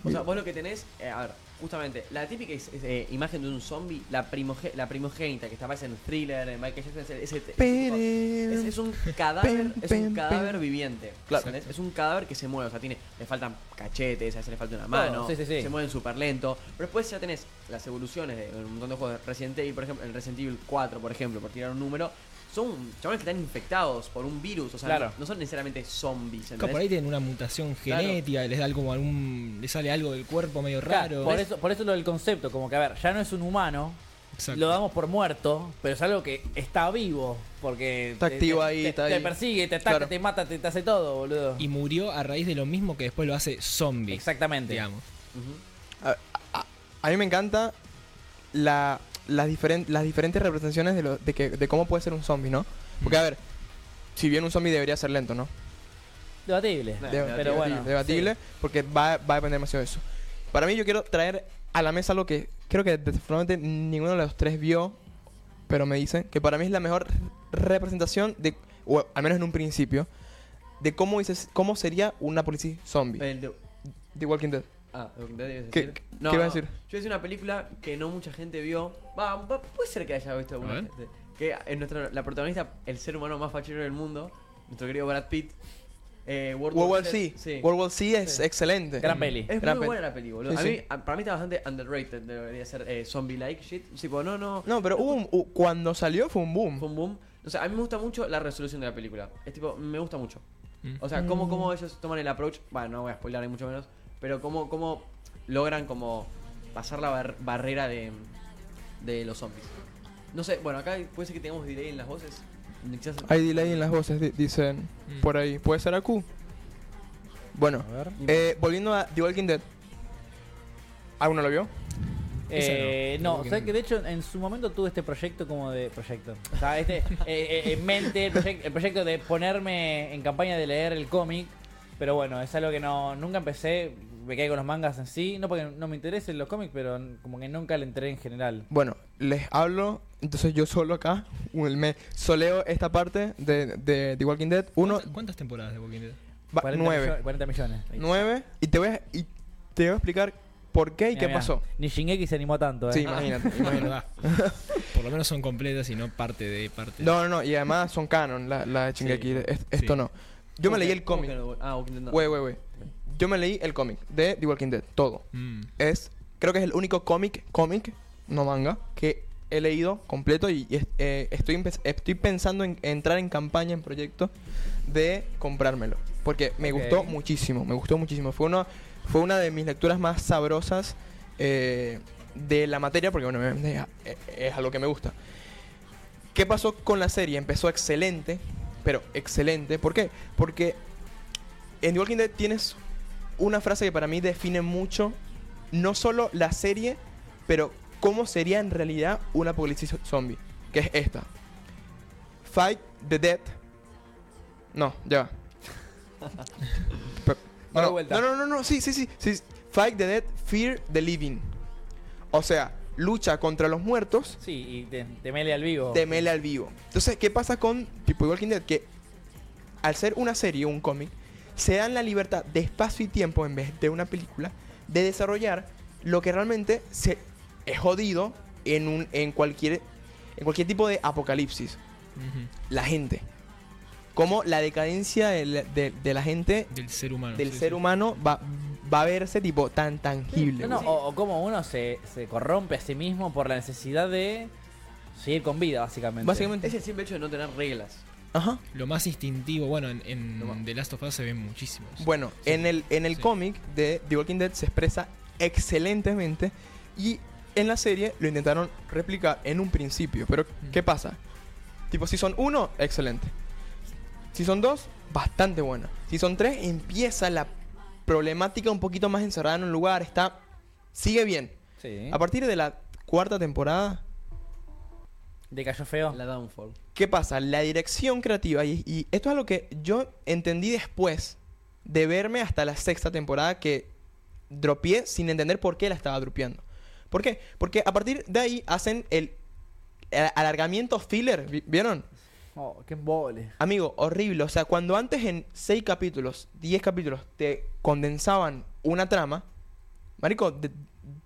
C: Mm, O sea, vos lo que tenés, eh, a ver, justamente, la típica is- is- eh, imagen de un zombie, la, primoge- la primogénita que aparece en thriller, en Michael Jackson, ese- ese- ese tipo- es, es un cadáver,
A: Pen,
C: es
A: pen,
C: un cadáver
A: pen.
C: viviente.
A: Claro.
C: ¿entendés? Es un cadáver que se mueve, o sea, tiene, le faltan cachetes, a veces le falta una mano,
B: Oh, sí, sí, sí.
C: se mueven súper lento. Pero después ya tenés las evoluciones de un montón de juegos de Resident Evil, por ejemplo, el Resident Evil 4, por ejemplo, por tirar un número. Son chavales que están infectados por un virus, o sea,
B: Claro.
C: no, no son necesariamente zombies.
D: Claro, por
C: ¿entendés?
D: ahí tienen una mutación
C: Claro.
D: genética, les da como algún. le sale algo del cuerpo medio
B: Claro,
D: raro.
B: por eso, por eso lo del concepto, como que a ver, ya no es un humano,
D: Exacto.
B: lo damos por muerto, pero es algo que está vivo, porque
A: Está
B: te-
A: activo
B: te-
A: ahí,
B: te,
A: está
B: te
A: ahí.
B: persigue, te ataca,
A: Claro.
B: te mata, te, te hace todo, boludo.
D: Y murió a raíz de lo mismo que después lo hace zombie.
B: Exactamente.
D: Digamos.
C: Ujú.
A: A, a- a mí me encanta la, las, diferen- las diferentes representaciones de, lo- de, que, de cómo puede ser un zombie, ¿no?
B: Mm.
A: Porque, a ver, si bien un zombie debería ser lento, ¿no?
B: Debatible.
C: Nah,
A: Deba-
C: debatible,
B: pero bueno,
A: debatible, porque va, va a depender demasiado de eso. Para mí, yo quiero traer a la mesa lo que creo que desafortunadamente ninguno de los tres vio, pero me dicen que para mí es la mejor representación de, o al menos en un principio, de cómo, dices, cómo sería una policía zombie
C: El de-
A: de Walking Dead.
C: Ah, lo que te debes
A: ¿Qué-
C: decir.
A: qué- qué iba a decir?
C: Yo hice una película que no mucha gente vio. Va, va- puede ser que haya visto alguna
D: ver.
C: gente. Que en nuestra, la protagonista, el ser humano más fachero del mundo, nuestro querido Brad Pitt. Eh, World,
A: World War
C: Z,
A: C.
C: sí.
A: World War C es
B: Sí.
A: excelente.
B: Gran peli.
C: es
A: gran peli.
C: muy buena la película, boludo.
A: Sí,
C: a
A: sí.
C: mí, a- para mí está bastante underrated. Debería ser eh, zombie-like shit. Tipo, no, no.
A: No, pero hubo un- u- cuando salió fue un boom.
C: Fue un boom. O sea, a mí me gusta mucho la resolución de la película. Es tipo, me gusta mucho.
D: Mm.
C: O sea, cómo, cómo ellos toman el approach. Bueno, no voy a spoiler ni mucho menos. Pero cómo, cómo logran como pasar la bar- barrera de, de los zombies. No sé, bueno, acá puede ser que tengamos delay en las voces. Quizás-
A: Hay delay en las voces, di- dicen
D: Mm.
A: por ahí. ¿Puede ser AQ? Bueno, eh, volviendo a The Walking Dead. ¿Alguno lo vio?
B: Eh,
D: Esa no.
B: no, o sea que de hecho en su momento tuve este proyecto como de proyecto. O sea, este (laughs) eh, eh, en mente el, proyec- el proyecto de ponerme en campaña de leer el cómic, pero bueno, es algo que no nunca empecé, me quedé con los mangas en sí, no porque no me interesen los cómics, pero como que nunca le entré en general.
A: Bueno, les hablo, entonces yo solo acá un- me soleo esta parte de, de The Walking Dead. Uno,
D: ¿Cuántas, cuántas temporadas de Walking Dead?
A: va-
B: 40 millo-
A: nueve.
B: 40 millones.
A: Nueve. Y te voy a, y te voy a explicar por qué y
B: Mirá,
A: qué
B: mirá,
A: pasó.
B: Ni Shingeki se animó tanto, ¿eh?
A: Sí,
D: Ah.
A: imagínate.
D: (laughs)
A: imagínate. (laughs)
D: verdad. Por lo menos son completas y no parte de parte.
A: No, no, no. Y además son canon, la, la de Shingeki. Es- esto
D: sí.
A: no. Yo me
C: ¿Cómo
A: leí
C: que-
A: el
C: cómo
A: cómic.
C: que no? Ah, Walking Dead no.
A: Güey, güey, güey. Yo me leí el cómic de The Walking Dead, todo.
D: Mm.
A: Es, creo que es el único cómic, cómic, no manga, que he leído completo y, y es- eh, estoy, empe- estoy pensando en entrar en campaña, en proyecto de comprármelo. Porque me
B: Ok.
A: gustó muchísimo, me gustó muchísimo. Fue una, fue una de mis lecturas más sabrosas eh, de la materia, porque bueno, me- me- eh, es algo que me gusta. ¿Qué pasó con la serie? Empezó excelente, pero excelente. ¿Por qué? Porque en The Walking Dead tienes una frase que para mí define mucho no solo la serie, pero cómo sería en realidad una apocalipsis zombie, que es esta. Fight the dead. No, ya. va. Pero-
B: Va de
A: no,
B: vuelta.
A: no, no, no, no, sí, sí, sí, sí. Fight the dead, fear the living. O sea, lucha contra los muertos
B: Sí, y te, te mele al vivo.
A: temele al vivo. Entonces, ¿qué pasa con tipo The Walking Dead? Que al ser una serie, un cómic, se dan la libertad de espacio y tiempo en vez de una película de desarrollar lo que realmente se es jodido en un en cualquier en cualquier tipo de apocalipsis,
D: Ujú.
A: la gente. Como la decadencia de la, de- de la gente,
D: Del ser humano.
A: del
D: Mm, sí,
A: ser
D: sí.
A: humano va, va a verse tipo tan tangible.
B: No, no,
A: güey.
B: o, o cómo uno se, se corrompe a sí mismo por la necesidad de seguir con vida, básicamente.
A: Básicamente.
C: Es el simple hecho de no tener reglas.
A: Ajá.
D: Lo más instintivo, bueno, en, en
A: Lo más-
D: The Last of Us se ven muchísimos.
A: Bueno,
D: Sí.
A: en el, en el
D: Sí.
A: cómic de The Walking Dead se expresa excelentemente y en la serie lo intentaron replicar en un principio, pero
D: Mm.
A: ¿qué pasa? Tipo, si son uno, excelente. Si son dos, bastante buena. Si son tres, empieza la problemática un poquito más encerrada en un lugar, está... Sigue bien.
B: Sí.
A: A partir de la cuarta temporada,
B: Decayó
A: Ah.
B: feo.
C: La downfall.
A: ¿Qué pasa? La dirección creativa, y, y esto es lo que yo entendí después de verme hasta la sexta temporada que dropié sin entender por qué la estaba dropeando. ¿Por qué? Porque a partir de ahí hacen el, el alargamiento filler, ¿vi- ¿vieron?
B: Oh, qué embole.
A: Amigo, horrible. O sea, cuando antes en seis capítulos, 10 capítulos, te condensaban una trama, Marico, de-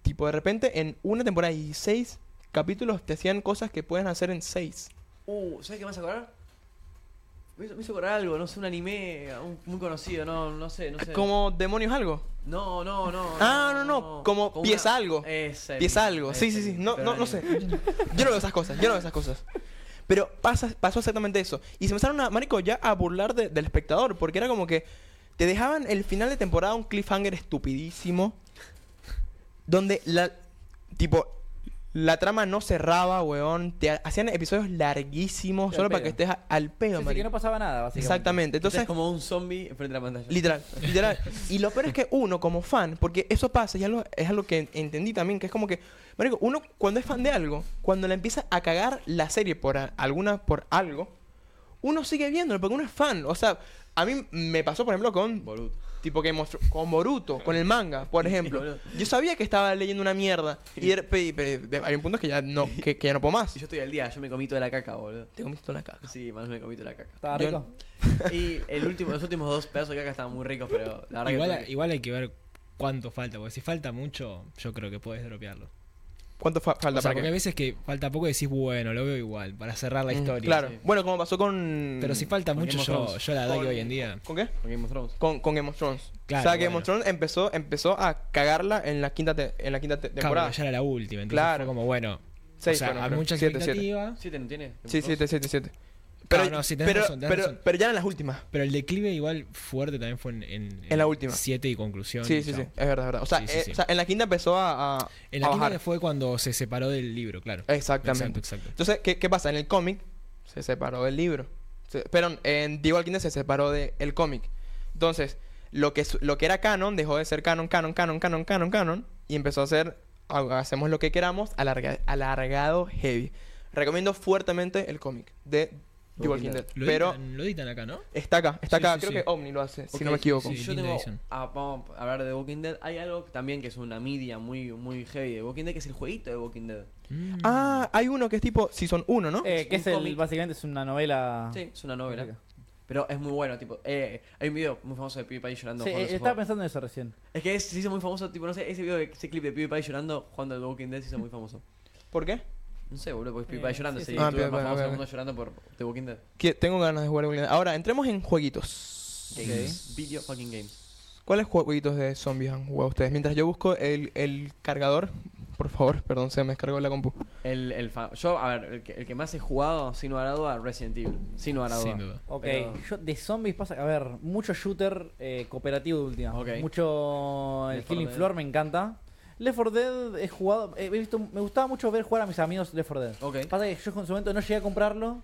A: tipo de repente en una temporada y seis capítulos te hacían cosas que pueden hacer en seis.
C: Uh, ¿sabes qué me vas a acordar? Me hizo, me hizo acordar algo, no sé, un anime un- muy conocido, no, no sé, no
A: Ah,
C: sé.
A: Como demonios algo.
C: No, no, no.
A: Ah, no, no, como pieza algo.
C: Ese
A: Y es
C: mismo,
A: algo. Sí,
C: ese
A: sí, sí.
B: Este,
C: mismo,
A: No,
C: pero
A: no, no sé.
C: anime.
A: Yo no veo esas cosas. Yo no veo esas cosas. Pero pasa, pasó exactamente eso. Y se empezaron a, marico, ya a burlar de- del espectador. Porque era como que te dejaban el final de temporada un cliffhanger estupidísimo. Donde la. Tipo. La trama no cerraba, weón. Te ha- hacían episodios larguísimos
B: Al
A: solo para
B: pedo.
A: que estés a- al
B: Sí,
A: pedo,
B: sí, que
A: marico.
B: no pasaba nada, básicamente.
A: Exactamente.
C: Entonces
A: Entonces,
C: es como un zombie frente a la pantalla.
A: Literal, literal. Y lo peor es que uno, como fan, porque eso pasa, y algo- es algo que entendí también, que es como que, marico, uno cuando es fan de algo, cuando le empieza a cagar la serie por a- alguna, por algo, uno sigue viéndolo, porque uno es fan. O sea, a mí me pasó, por ejemplo, con
C: Boruto.
A: tipo que mostró- con Boruto, con el manga, por ejemplo. Yo sabía que estaba leyendo una mierda. Y de repe- pe- de- hay un punto que ya no, que, que ya no puedo más.
C: Y yo estoy al día, yo me comí toda la caca, boludo.
A: Te comiste toda la caja.
C: Sí, más me comí toda la caca.
B: ¿Estaba
A: Yo-
B: rico?
C: Y el último, los últimos dos pedazos de caca estaban muy ricos, pero la verdad
D: Igual,
C: que.
D: igual hay que ver cuánto falta, porque si falta mucho, yo creo que puedes dropearlo.
A: ¿Cuánto fa- falta
D: O sea,
A: para
D: porque
A: que-
D: hay veces que falta poco y decís, bueno, lo veo igual, para cerrar la
A: Mm,
D: historia.
A: Claro.
C: sí.
A: Bueno, como pasó con...
D: Pero si falta
C: Con
D: mucho,
C: Game of
D: yo,
C: Thrones.
D: yo la verdad que
A: Con-
D: hoy en día.
A: ¿Con qué?
C: Con Game of Thrones.
A: con, con Game of Thrones.
D: Claro,
A: o sea, Game
D: bueno.
A: of Thrones empezó, empezó a cagarla en la quinta, te- en la quinta te- temporada.
D: Claro, ya era la última, entonces
A: Claro.
D: fue como bueno.
A: Seis
D: o sea,
A: fueron,
D: hay
A: creo.
D: mucha
A: Siete,
D: expectativa,
C: ¿Siete no tiene? Game of
A: Sí,
C: Thrones.
A: 7, 7, 7.
D: Claro,
A: Pero,
D: no, sí, tenés
A: pero,
D: razón, tenés
A: pero,
D: razón.
A: pero ya eran las últimas.
D: pero el declive igual fuerte también fue en, en,
A: En la última.
D: 7 y conclusión.
A: Sí,
D: y
A: sí, sí,
D: chao.
A: es verdad, es verdad. O sea,
D: Sí, sí,
A: eh,
D: sí.
A: o sea, en la quinta empezó a, a-
D: En
A: a
D: la
A: bajar.
D: quinta fue cuando se separó del libro, claro.
A: Exactamente.
D: Exacto, exacto.
A: Entonces, ¿qué, qué pasa? En el cómic se separó del libro. Se- perdón, en The Walking Dead se separó del cómic. Entonces, lo que, su- lo que era canon dejó de ser canon, canon, canon, canon, canon, canon. Y empezó a ser, ha- hacemos lo que queramos, alarga- alargado, heavy. Recomiendo fuertemente el cómic de The Walking Dead.
D: Lo,
A: Pero
D: editan, lo editan acá, ¿no?
A: está acá, está
D: Sí,
A: acá.
D: sí,
A: Creo
D: sí.
A: que Omni lo hace,
C: Ok,
A: si no me equivoco.
C: Si
D: Sí,
C: yo
D: linda
C: tengo.
D: edición.
C: ah, vamos a hablar de The Walking Dead. Hay algo también que es una media muy, muy heavy de The Walking Dead, que es el jueguito de The Walking Dead.
D: Mm.
A: Ah, hay uno que es tipo Season 1, ¿no?
B: Eh, que
C: un
B: es el,
C: cómic.
B: básicamente es una
A: Ah.
B: novela.
C: Sí, es una novela.
B: Rica.
C: Pero es muy bueno, tipo. eh, hay un video muy famoso de PewDiePie llorando.
B: Sí,
C: jugando
B: eh,
C: ese
B: estaba
C: juego.
B: pensando en eso recién.
C: Es que es- se hizo muy famoso, tipo, no sé, ese video, de- ese clip de PewDiePie llorando jugando The Walking Dead se hizo muy famoso.
A: ¿Por qué?
C: No sé, boludo, porque es
B: Eh,
C: PewDiePie llorando,
B: sí,
C: ese
B: sí.
A: Ah, PewDiePie,
C: youtuber más famoso del
A: PewDiePie.
C: mundo llorando por The Walking Dead.
A: Que tengo ganas de jugar Walking Dead. Ahora, entremos en jueguitos.
C: Games. Video fucking games.
A: ¿Cuáles jueguitos de zombies han jugado ustedes? Mientras yo busco el, el cargador por favor. (laughs) Perdón, se me descargó la compu.
C: El, el fa- yo, a ver, el que, el que más he jugado, sin lugar a duda, Resident Evil. Sin lugar a duda.
D: Sin duda.
B: Ok,
C: Pero-
B: yo de zombies pasa, a ver, mucho shooter eh, cooperativo de última.
C: Ok.
B: Mucho el
C: Left 4
B: Killing
C: Dead.
B: Floor me encanta. Left 4 Dead he jugado, he visto, me gustaba mucho ver jugar a mis amigos Left 4 Dead.
C: Ok.
B: Pasa que yo en su momento no llegué a comprarlo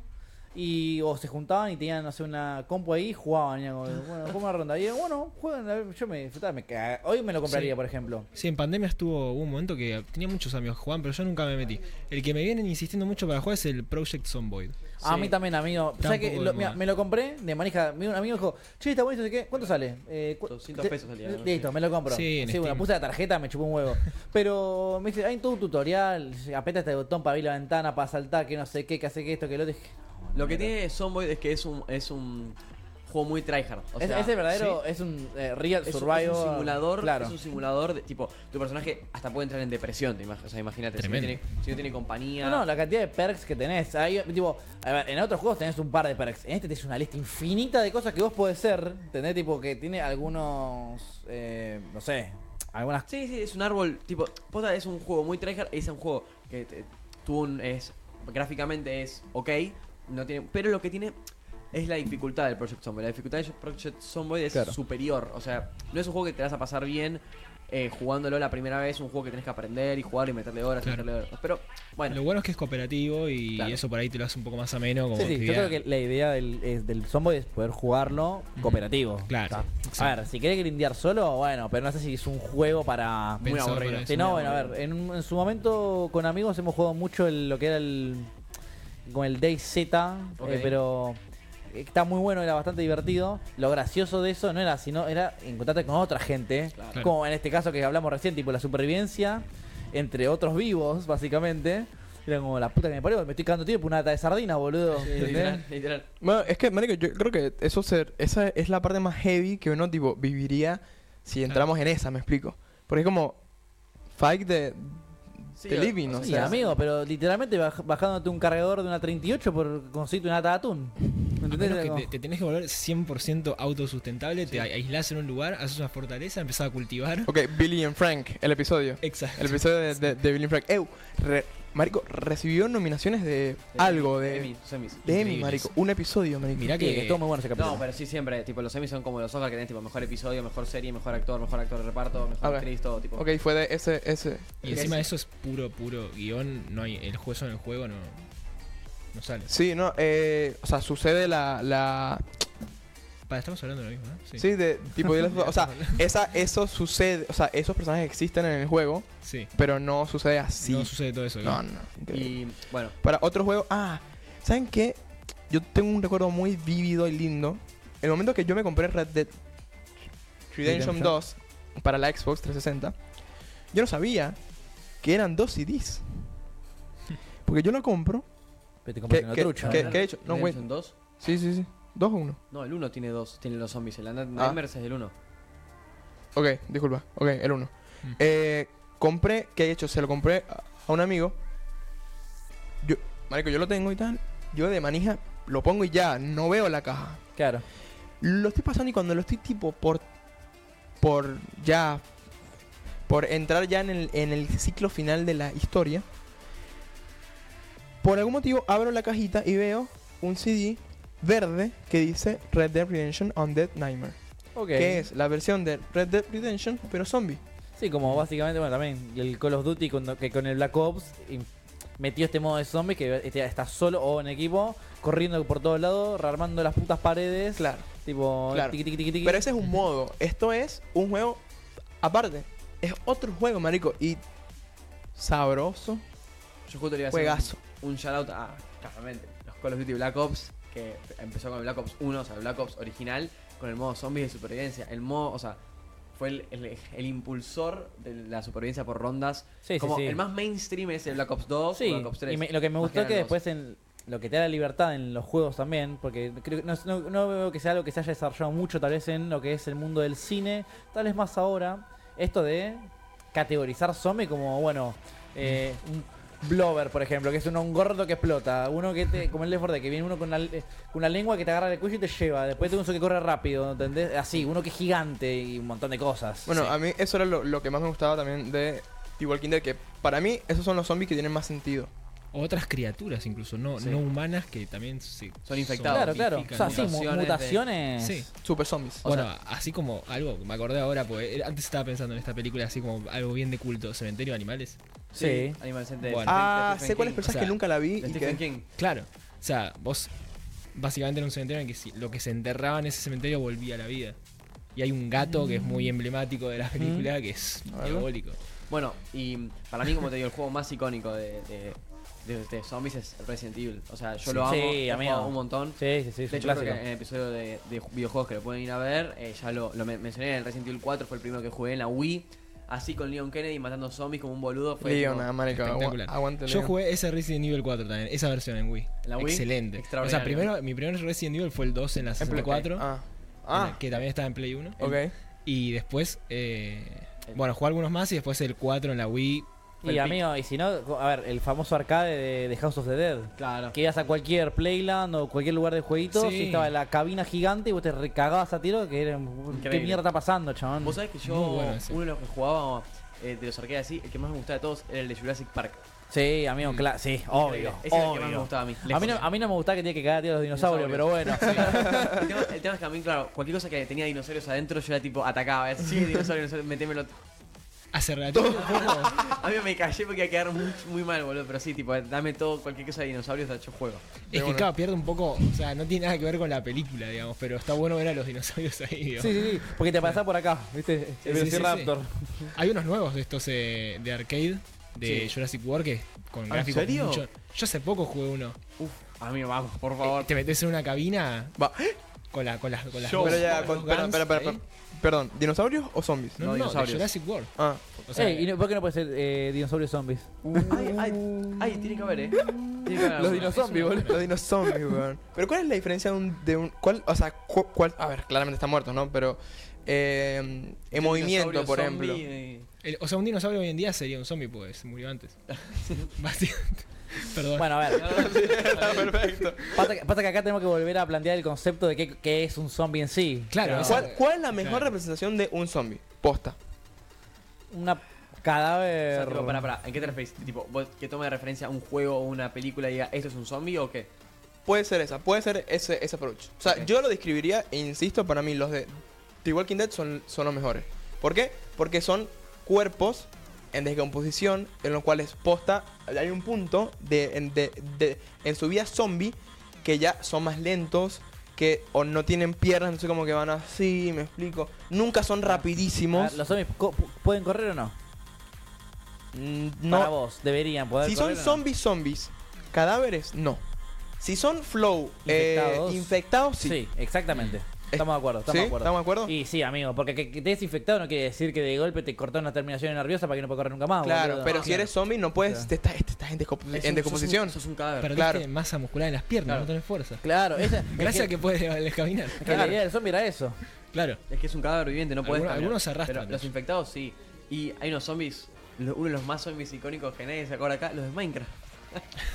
B: y o se juntaban y tenían no sé, una compu ahí y jugaban. Y era como,
C: (laughs)
B: bueno, como una ronda. Y yo, bueno, juegan, a ver, yo me disfrutaba, me caga- Hoy me lo compraría,
D: Sí.
B: por ejemplo.
D: Sí, en pandemia estuvo hubo un momento que tenía muchos amigos que jugaban, pero yo nunca me metí. El que me vienen insistiendo mucho para jugar es el Project Zomboid.
B: A
C: Sí.
B: mí también, amigo. O sea
D: Tampoco
B: que
D: de
B: lo- mira,
D: moda.
B: me lo compré de manija. Mi- Un amigo dijo, che, está bonito, no sé qué. ¿Cuánto sale? Eh, cu-
C: 200
B: te-
C: pesos salía, ¿no?
B: Listo, me lo compro.
D: Sí, en
B: bueno,
D: Steam.
B: puse la tarjeta, me chupó un huevo. Pero me dice, hay todo un tutorial. Apeta este botón para abrir la ventana, para saltar, que no sé qué, que hace que esto, que lo otro. Dije, "No, no,
C: Lo que
B: no".
C: tiene Zomboid es que es un, es un juego muy tryhard. O
B: Es-
C: sea,
B: ese verdadero es un eh, real
C: es, un-
B: survival.
C: es un simulador.
B: Claro.
C: Es un simulador de tipo. Tu personaje hasta puede entrar en depresión, te imag- o sea, imagínate. Si no,
D: Tremendo.
C: tiene, si no tiene compañía.
B: No, no, la cantidad de perks que tenés. Hay, tipo, a ver, en otros juegos tenés un par de perks. En este tenés una lista infinita de cosas que vos podés ser. Tenés tipo que tiene algunos. eh, no sé. Algunas.
C: Sí, sí, es un árbol. Tipo, posta, es un juego muy tryhard. Es un juego que te- tuvo un- es gráficamente es ok. No tiene, pero lo que tiene es la dificultad del Project Zomboid. La dificultad del Project Zomboid es
A: Claro.
C: superior. O sea, no es un juego que te vas a pasar bien eh, jugándolo la primera vez. Es un juego que tenés que aprender y jugar y meterle horas y
D: Claro.
C: meterle horas. Pero
D: Lo
C: bueno,
D: bueno es que es cooperativo y
C: Claro.
D: eso por ahí te lo hace un poco más ameno. Como
B: Sí, sí, yo
D: actividad.
B: creo que la idea del, es, del Zomboid es poder jugarlo cooperativo.
D: Claro,
B: O sea, a
D: exacto.
B: ver, si querés grindear solo, bueno, pero no sé si es un juego para.
C: muy
D: pensado
C: aburrido.
D: para eso.
B: Sí, no, bueno, a ver, eh, en, un- en su momento con amigos hemos jugado mucho el, lo que era el. con el DayZ, eh,
C: Ok.
B: pero. eh, Está muy bueno, era bastante divertido. Lo gracioso de eso no era, sino era encontrarte con otra gente.
C: Claro.
B: Como en este caso que hablamos recién, tipo la supervivencia entre otros vivos, básicamente. Era como la puta que me parió, me estoy cagando tío por una lata de sardinas, boludo. ¿entendés?
C: literal, literal.
A: Bueno, es que, marico, yo creo que eso ser, esa es la parte más heavy que uno, tipo, viviría si entramos en esa, me explico. Porque es como fight de,
C: Sí,
A: de
C: o-
A: living,
C: o
A: o
B: Sí,
A: sea.
B: amigo, pero literalmente baj- bajándote un cargador de una 38 por conseguirte una lata de atún.
D: A
B: ¿Entendés?
D: menos que
B: Como-
D: te, te tenés que volver 100% autosustentable, te a- aislás en un lugar, haces una fortaleza, empezás a cultivar.
A: Ok, Billy and Frank, el episodio.
D: (laughs) Exacto.
A: El episodio de, de- de Billy and Frank. Ew, re- marico, recibió nominaciones de algo, de,
C: Emmys, Emmys.
A: de Emmy,
D: Increíbles.
A: marico. Un episodio, marico.
D: Mirá
B: Sí,
D: que,
B: que estuvo muy bueno ese capítulo.
C: No, pero sí siempre, tipo, los Emmys son como los Oscars que tenés, tipo, mejor episodio, mejor serie, mejor actor, mejor actor de reparto, mejor
A: Ok.
C: actriz, todo, tipo.
A: Ok, fue de ese, ese.
D: Y encima de eso es puro, puro guión. No hay, el juego en el juego no, no sale.
A: Sí, no, eh, o sea, sucede la, la,
D: Pa, estamos hablando de lo mismo, ¿no?
A: Sí, de tipo de las- O sea, esa, eso sucede. O sea, esos personajes existen en el juego,
D: Sí.
A: pero no sucede así.
D: No sucede todo eso.
A: No,
D: ¿no?
A: no, increíble.
C: Y bueno,
A: Para otro juego. Ah, ¿saben qué? Yo tengo un recuerdo muy vívido y lindo. El momento que yo me compré Red Dead Redemption
D: Redemption.
A: 2 para la Xbox 360, yo no sabía que eran dos CDs. Porque yo lo compro.
B: Pero te
A: ¿Qué,
B: compraste una
A: qué,
B: trucha.
A: qué-
B: ¿no?
A: qué he hecho? No, güey.
C: Redemption 2?
A: Sí, sí, sí. Dos o uno.
C: No, el 1 tiene dos, tiene los zombies. El Undead
A: Ah.
C: Nightmares es el 1.
A: Ok, disculpa. Ok, el 1.
D: Mm.
A: Eh, compré, ¿qué he hecho? Se lo compré a a un amigo. Yo, marico, yo lo tengo y tal. Yo de manija lo pongo y ya, no veo la caja.
B: Claro.
A: Lo estoy pasando y cuando lo estoy tipo por. por ya. por entrar ya en el, en el ciclo final de la historia. Por algún motivo abro la cajita y veo un CD verde que dice Red Dead Redemption Undead Nightmare
B: Ok.
A: que es la versión de Red Dead Redemption, pero zombie.
B: Sí, como básicamente, bueno, también el Call of Duty cuando- que con el Black Ops y metió este modo de zombies que este- estás solo o en equipo, corriendo por todos lados, rearmando las putas paredes.
A: Claro.
B: Tipo,
A: Claro.
B: tiqui, tiqui, tiqui, tiqui.
A: Pero ese es un modo. Esto es un juego aparte. Es otro juego, marico. Y sabroso.
C: Yo justo le iba a hacer
A: Juegazo.
C: un, un shout out a, claramente, los Call of Duty Black Ops, que empezó con el Black Ops 1, o sea, el Black Ops original, con el modo zombies de supervivencia. El modo, o sea, fue el, el- el impulsor de la supervivencia por rondas.
B: Sí, sí,
C: Como
B: sí.
C: el más mainstream es el Black Ops 2,
B: Sí,
C: Black Ops 3.
B: y me- lo que me
C: más
B: gustó es
C: eran
B: que
C: los-
B: después en lo que te da la libertad en los juegos también, porque creo no, no- no veo que sea algo que se haya desarrollado mucho tal vez en lo que es el mundo del cine, tal vez más ahora, esto de categorizar zombie como, bueno, eh, un blower, por ejemplo, que es uno, un gordo que explota, uno que te, como el Left 4 Dead, que viene uno con una, con una lengua que te agarra el cuello y te lleva, después tengo uno que corre rápido, ¿entendés? Así, uno que es gigante y un montón de cosas.
A: Bueno, a mí eso era lo, lo que más me gustaba también de The Walking Dead, que para mí esos son los zombies que tienen más sentido.
D: O otras criaturas incluso, no,
C: Sí.
D: no humanas que también se-
C: infectados.
D: zombifican.
B: Claro, claro. O sea, sí, mu-
C: Mutaciones de-
B: mutaciones.
D: Sí.
A: Super zombies.
D: bueno, así como algo, me acordé ahora, porque era- antes estaba pensando en esta película así como algo bien de culto, Cementerio de Animales.
B: Sí.
C: Animal Center.
D: Bueno.
A: ah, sé cuáles, pero
C: King.
A: sabes
D: O sea,
A: que nunca la vi.
C: De
A: y
C: Stephen
A: que-
C: King.
D: Claro, o sea, vos básicamente era un cementerio en el que si- lo que se enterraba en ese cementerio volvía a la vida. Y hay un gato que es muy emblemático de la película, que es
A: A ver.
D: diabólico.
C: Bueno, y para mí, como te digo, el juego más icónico de, de, de- de zombies es Resident Evil. O sea, yo lo amo,
B: Sí,
C: lo he
B: amigo.
C: jugado un montón.
B: Sí, sí, sí. Es
C: De
B: un
C: hecho, creo que
B: clásico.
C: en el episodio de, de videojuegos que lo pueden ir a ver, eh, ya lo, lo men- mencioné, el Resident Evil 4 fue el primero que jugué en la Wii. Así con Leon Kennedy matando zombies como un boludo. Fue
A: Leon,
C: tipo,
A: ah, marica, agu-
D: Espectacular.
A: aguante
D: Yo
A: Leon.
D: jugué ese Resident Evil 4 también, esa versión en Wii.
C: ¿La Wii?
D: Excelente. O sea,
C: Extraordinario.
D: primero, mi primer Resident Evil fue el 2 en la
A: En Play-
D: 64,
A: Ah.
D: en
A: Ah,
D: la- que también estaba en Play 1.
A: ok.
D: Y después, eh,
C: El-
D: bueno, jugué algunos más y después el 4 en la Wii.
B: Y amigo, y si no, a ver, el famoso arcade de, de House of the Dead.
C: Claro.
B: Que ibas a cualquier Playland o cualquier lugar de jueguitos
D: Sí.
B: y estaba la cabina gigante y vos te recagabas a tiro que era ¿Qué
C: Increíble.
B: mierda está pasando, chabón?
C: Vos sabés que yo,
D: Muy bueno ese.
C: uno de los que jugaba eh, de los arcades así, el que más me gustaba de todos era el de Jurassic Park.
B: Sí, amigo, cla- sí, obvio,
C: Ese era el que más me
B: obvio.
C: gustaba a mí.
B: A mí, no, a mí no me gustaba que tenía que cagar a tiro a los dinosaurios, pero bueno.
C: (laughs) el, tema, el tema es que a mí, claro, cualquier cosa que tenía dinosaurios adentro, yo era tipo, atacaba. era,
A: (laughs)
C: Sí, dinosaurio, dinosaurio, metémelo.
D: Hace relativamente poco,
C: A mí me callé porque iba a quedar muy, muy mal, boludo. Pero sí, tipo, dame todo, cualquier cosa de dinosaurios, yo juego.
D: es que
A: bueno.
D: claro, pierde un poco, o sea, no tiene nada que ver con la película, digamos, pero está bueno ver a los dinosaurios ahí, digamos.
B: Sí, sí, sí. Porque te pasás por acá, ¿viste?
D: sí,
B: El
D: sí, sí.
B: Velociraptor.
D: Hay unos nuevos de estos eh, de arcade, de
C: Sí.
D: Jurassic World, que con
C: ¿En
D: gráficos
C: serio?
D: mucho- Yo hace poco jugué uno.
C: Uf, a mí vamos, por favor.
D: Eh, Te metes en una cabina
A: Va.
D: con, la, con las con las
A: Pero
D: dos-
A: ya,
D: los
A: con- espera,
D: guns
A: espera, espera,
D: ahí.
A: espera. Perdón, ¿dinosaurios o zombies?
C: No,
D: No, no, no, de
C: dinosaurios.
D: Jurassic World.
A: Ah,
D: O sea,
B: Ey, ¿y no- por qué no puede ser eh, dinosaurios zombies?
C: Ay, ay, ay, tiene que haber, eh. Tiene que haber
A: los
C: alguno.
A: dinosombies, boludo. Los dinosombies, weón. Pero ¿cuál es la diferencia de un. De un cuál, o sea, cu- cuál. A ver, claramente están muertos, ¿no? Pero. Eh, en movimiento,
C: Dinosaurio,
A: por
C: zombie,
A: ejemplo.
C: eh,
D: el- o sea, un dinosaurio hoy en día sería un zombie, pues se murió antes. Básicamente. Perdón.
B: Bueno, a ver.
C: Ah,
A: Está perfecto.
B: Pasa que, pasa que acá tenemos que volver a plantear el concepto de qué, qué es un zombie en sí.
D: claro,
C: Claro.
D: esa-
A: ¿Cuál, cuál es la mejor
D: Claro.
A: representación de un zombie? Posta.
B: Una
C: o
B: cadáver.
C: sea, tipo, pará, pará, ¿en qué te referís? Tipo, vos que tome de referencia un juego o una película y diga, ¿esto es un zombie o qué?
A: Puede ser esa, puede ser ese, ese approach. O sea,
C: Ok.
A: yo lo describiría, e insisto, para mí los de The Walking Dead son, son los mejores. ¿Por qué? Porque son cuerpos en descomposición, en los cuales posta, hay un punto de, en, de- de- en su vida zombie que ya son más lentos, que o no tienen piernas, no sé cómo que van así, me explico. Nunca son
B: A
A: rapidísimos.
B: ver, Ah, ¿Los zombies co- pu- pueden correr o no?
A: Mm,
B: Para
A: No.
B: vos, deberían poder
A: Si son
B: correr. o no?
A: zombies, zombies. Cadáveres, no. Si son flow eh, infectados,
B: Infectados.
A: sí.
B: Sí, exactamente. Estamos de acuerdo, estamos
A: ¿Sí?
B: de acuerdo.
A: ¿Estamos de acuerdo?
B: Y sí, amigo, porque que, que te des infectado no quiere decir que de golpe te cortó una terminación nerviosa para que no puedas correr nunca
C: Ah,
B: más.
A: Claro,
B: boludo.
A: pero si eres zombie no puedes.
B: Claro.
A: te estás, te estás en, descompo-
C: Es
A: en
C: un-
A: descomposición.
C: Sos un, sos un cadáver.
D: Perdiste
A: claro.
D: masa muscular en las piernas,
C: Claro.
D: no tenés fuerza.
B: Claro, esa,
D: Gracias
B: es
D: que puedes (laughs) caminar.
B: que la idea del zombie era eso.
D: Claro.
C: Es que es un cadáver viviente, no puedes.
D: Algunos-
C: cambiar.
D: algunos se arrastran,
C: Pero
D: de
C: los
D: hecho.
C: infectados sí. Y hay unos zombies, lo- uno de los más zombies icónicos que nadie se acuerda acá, los de Minecraft. (laughs)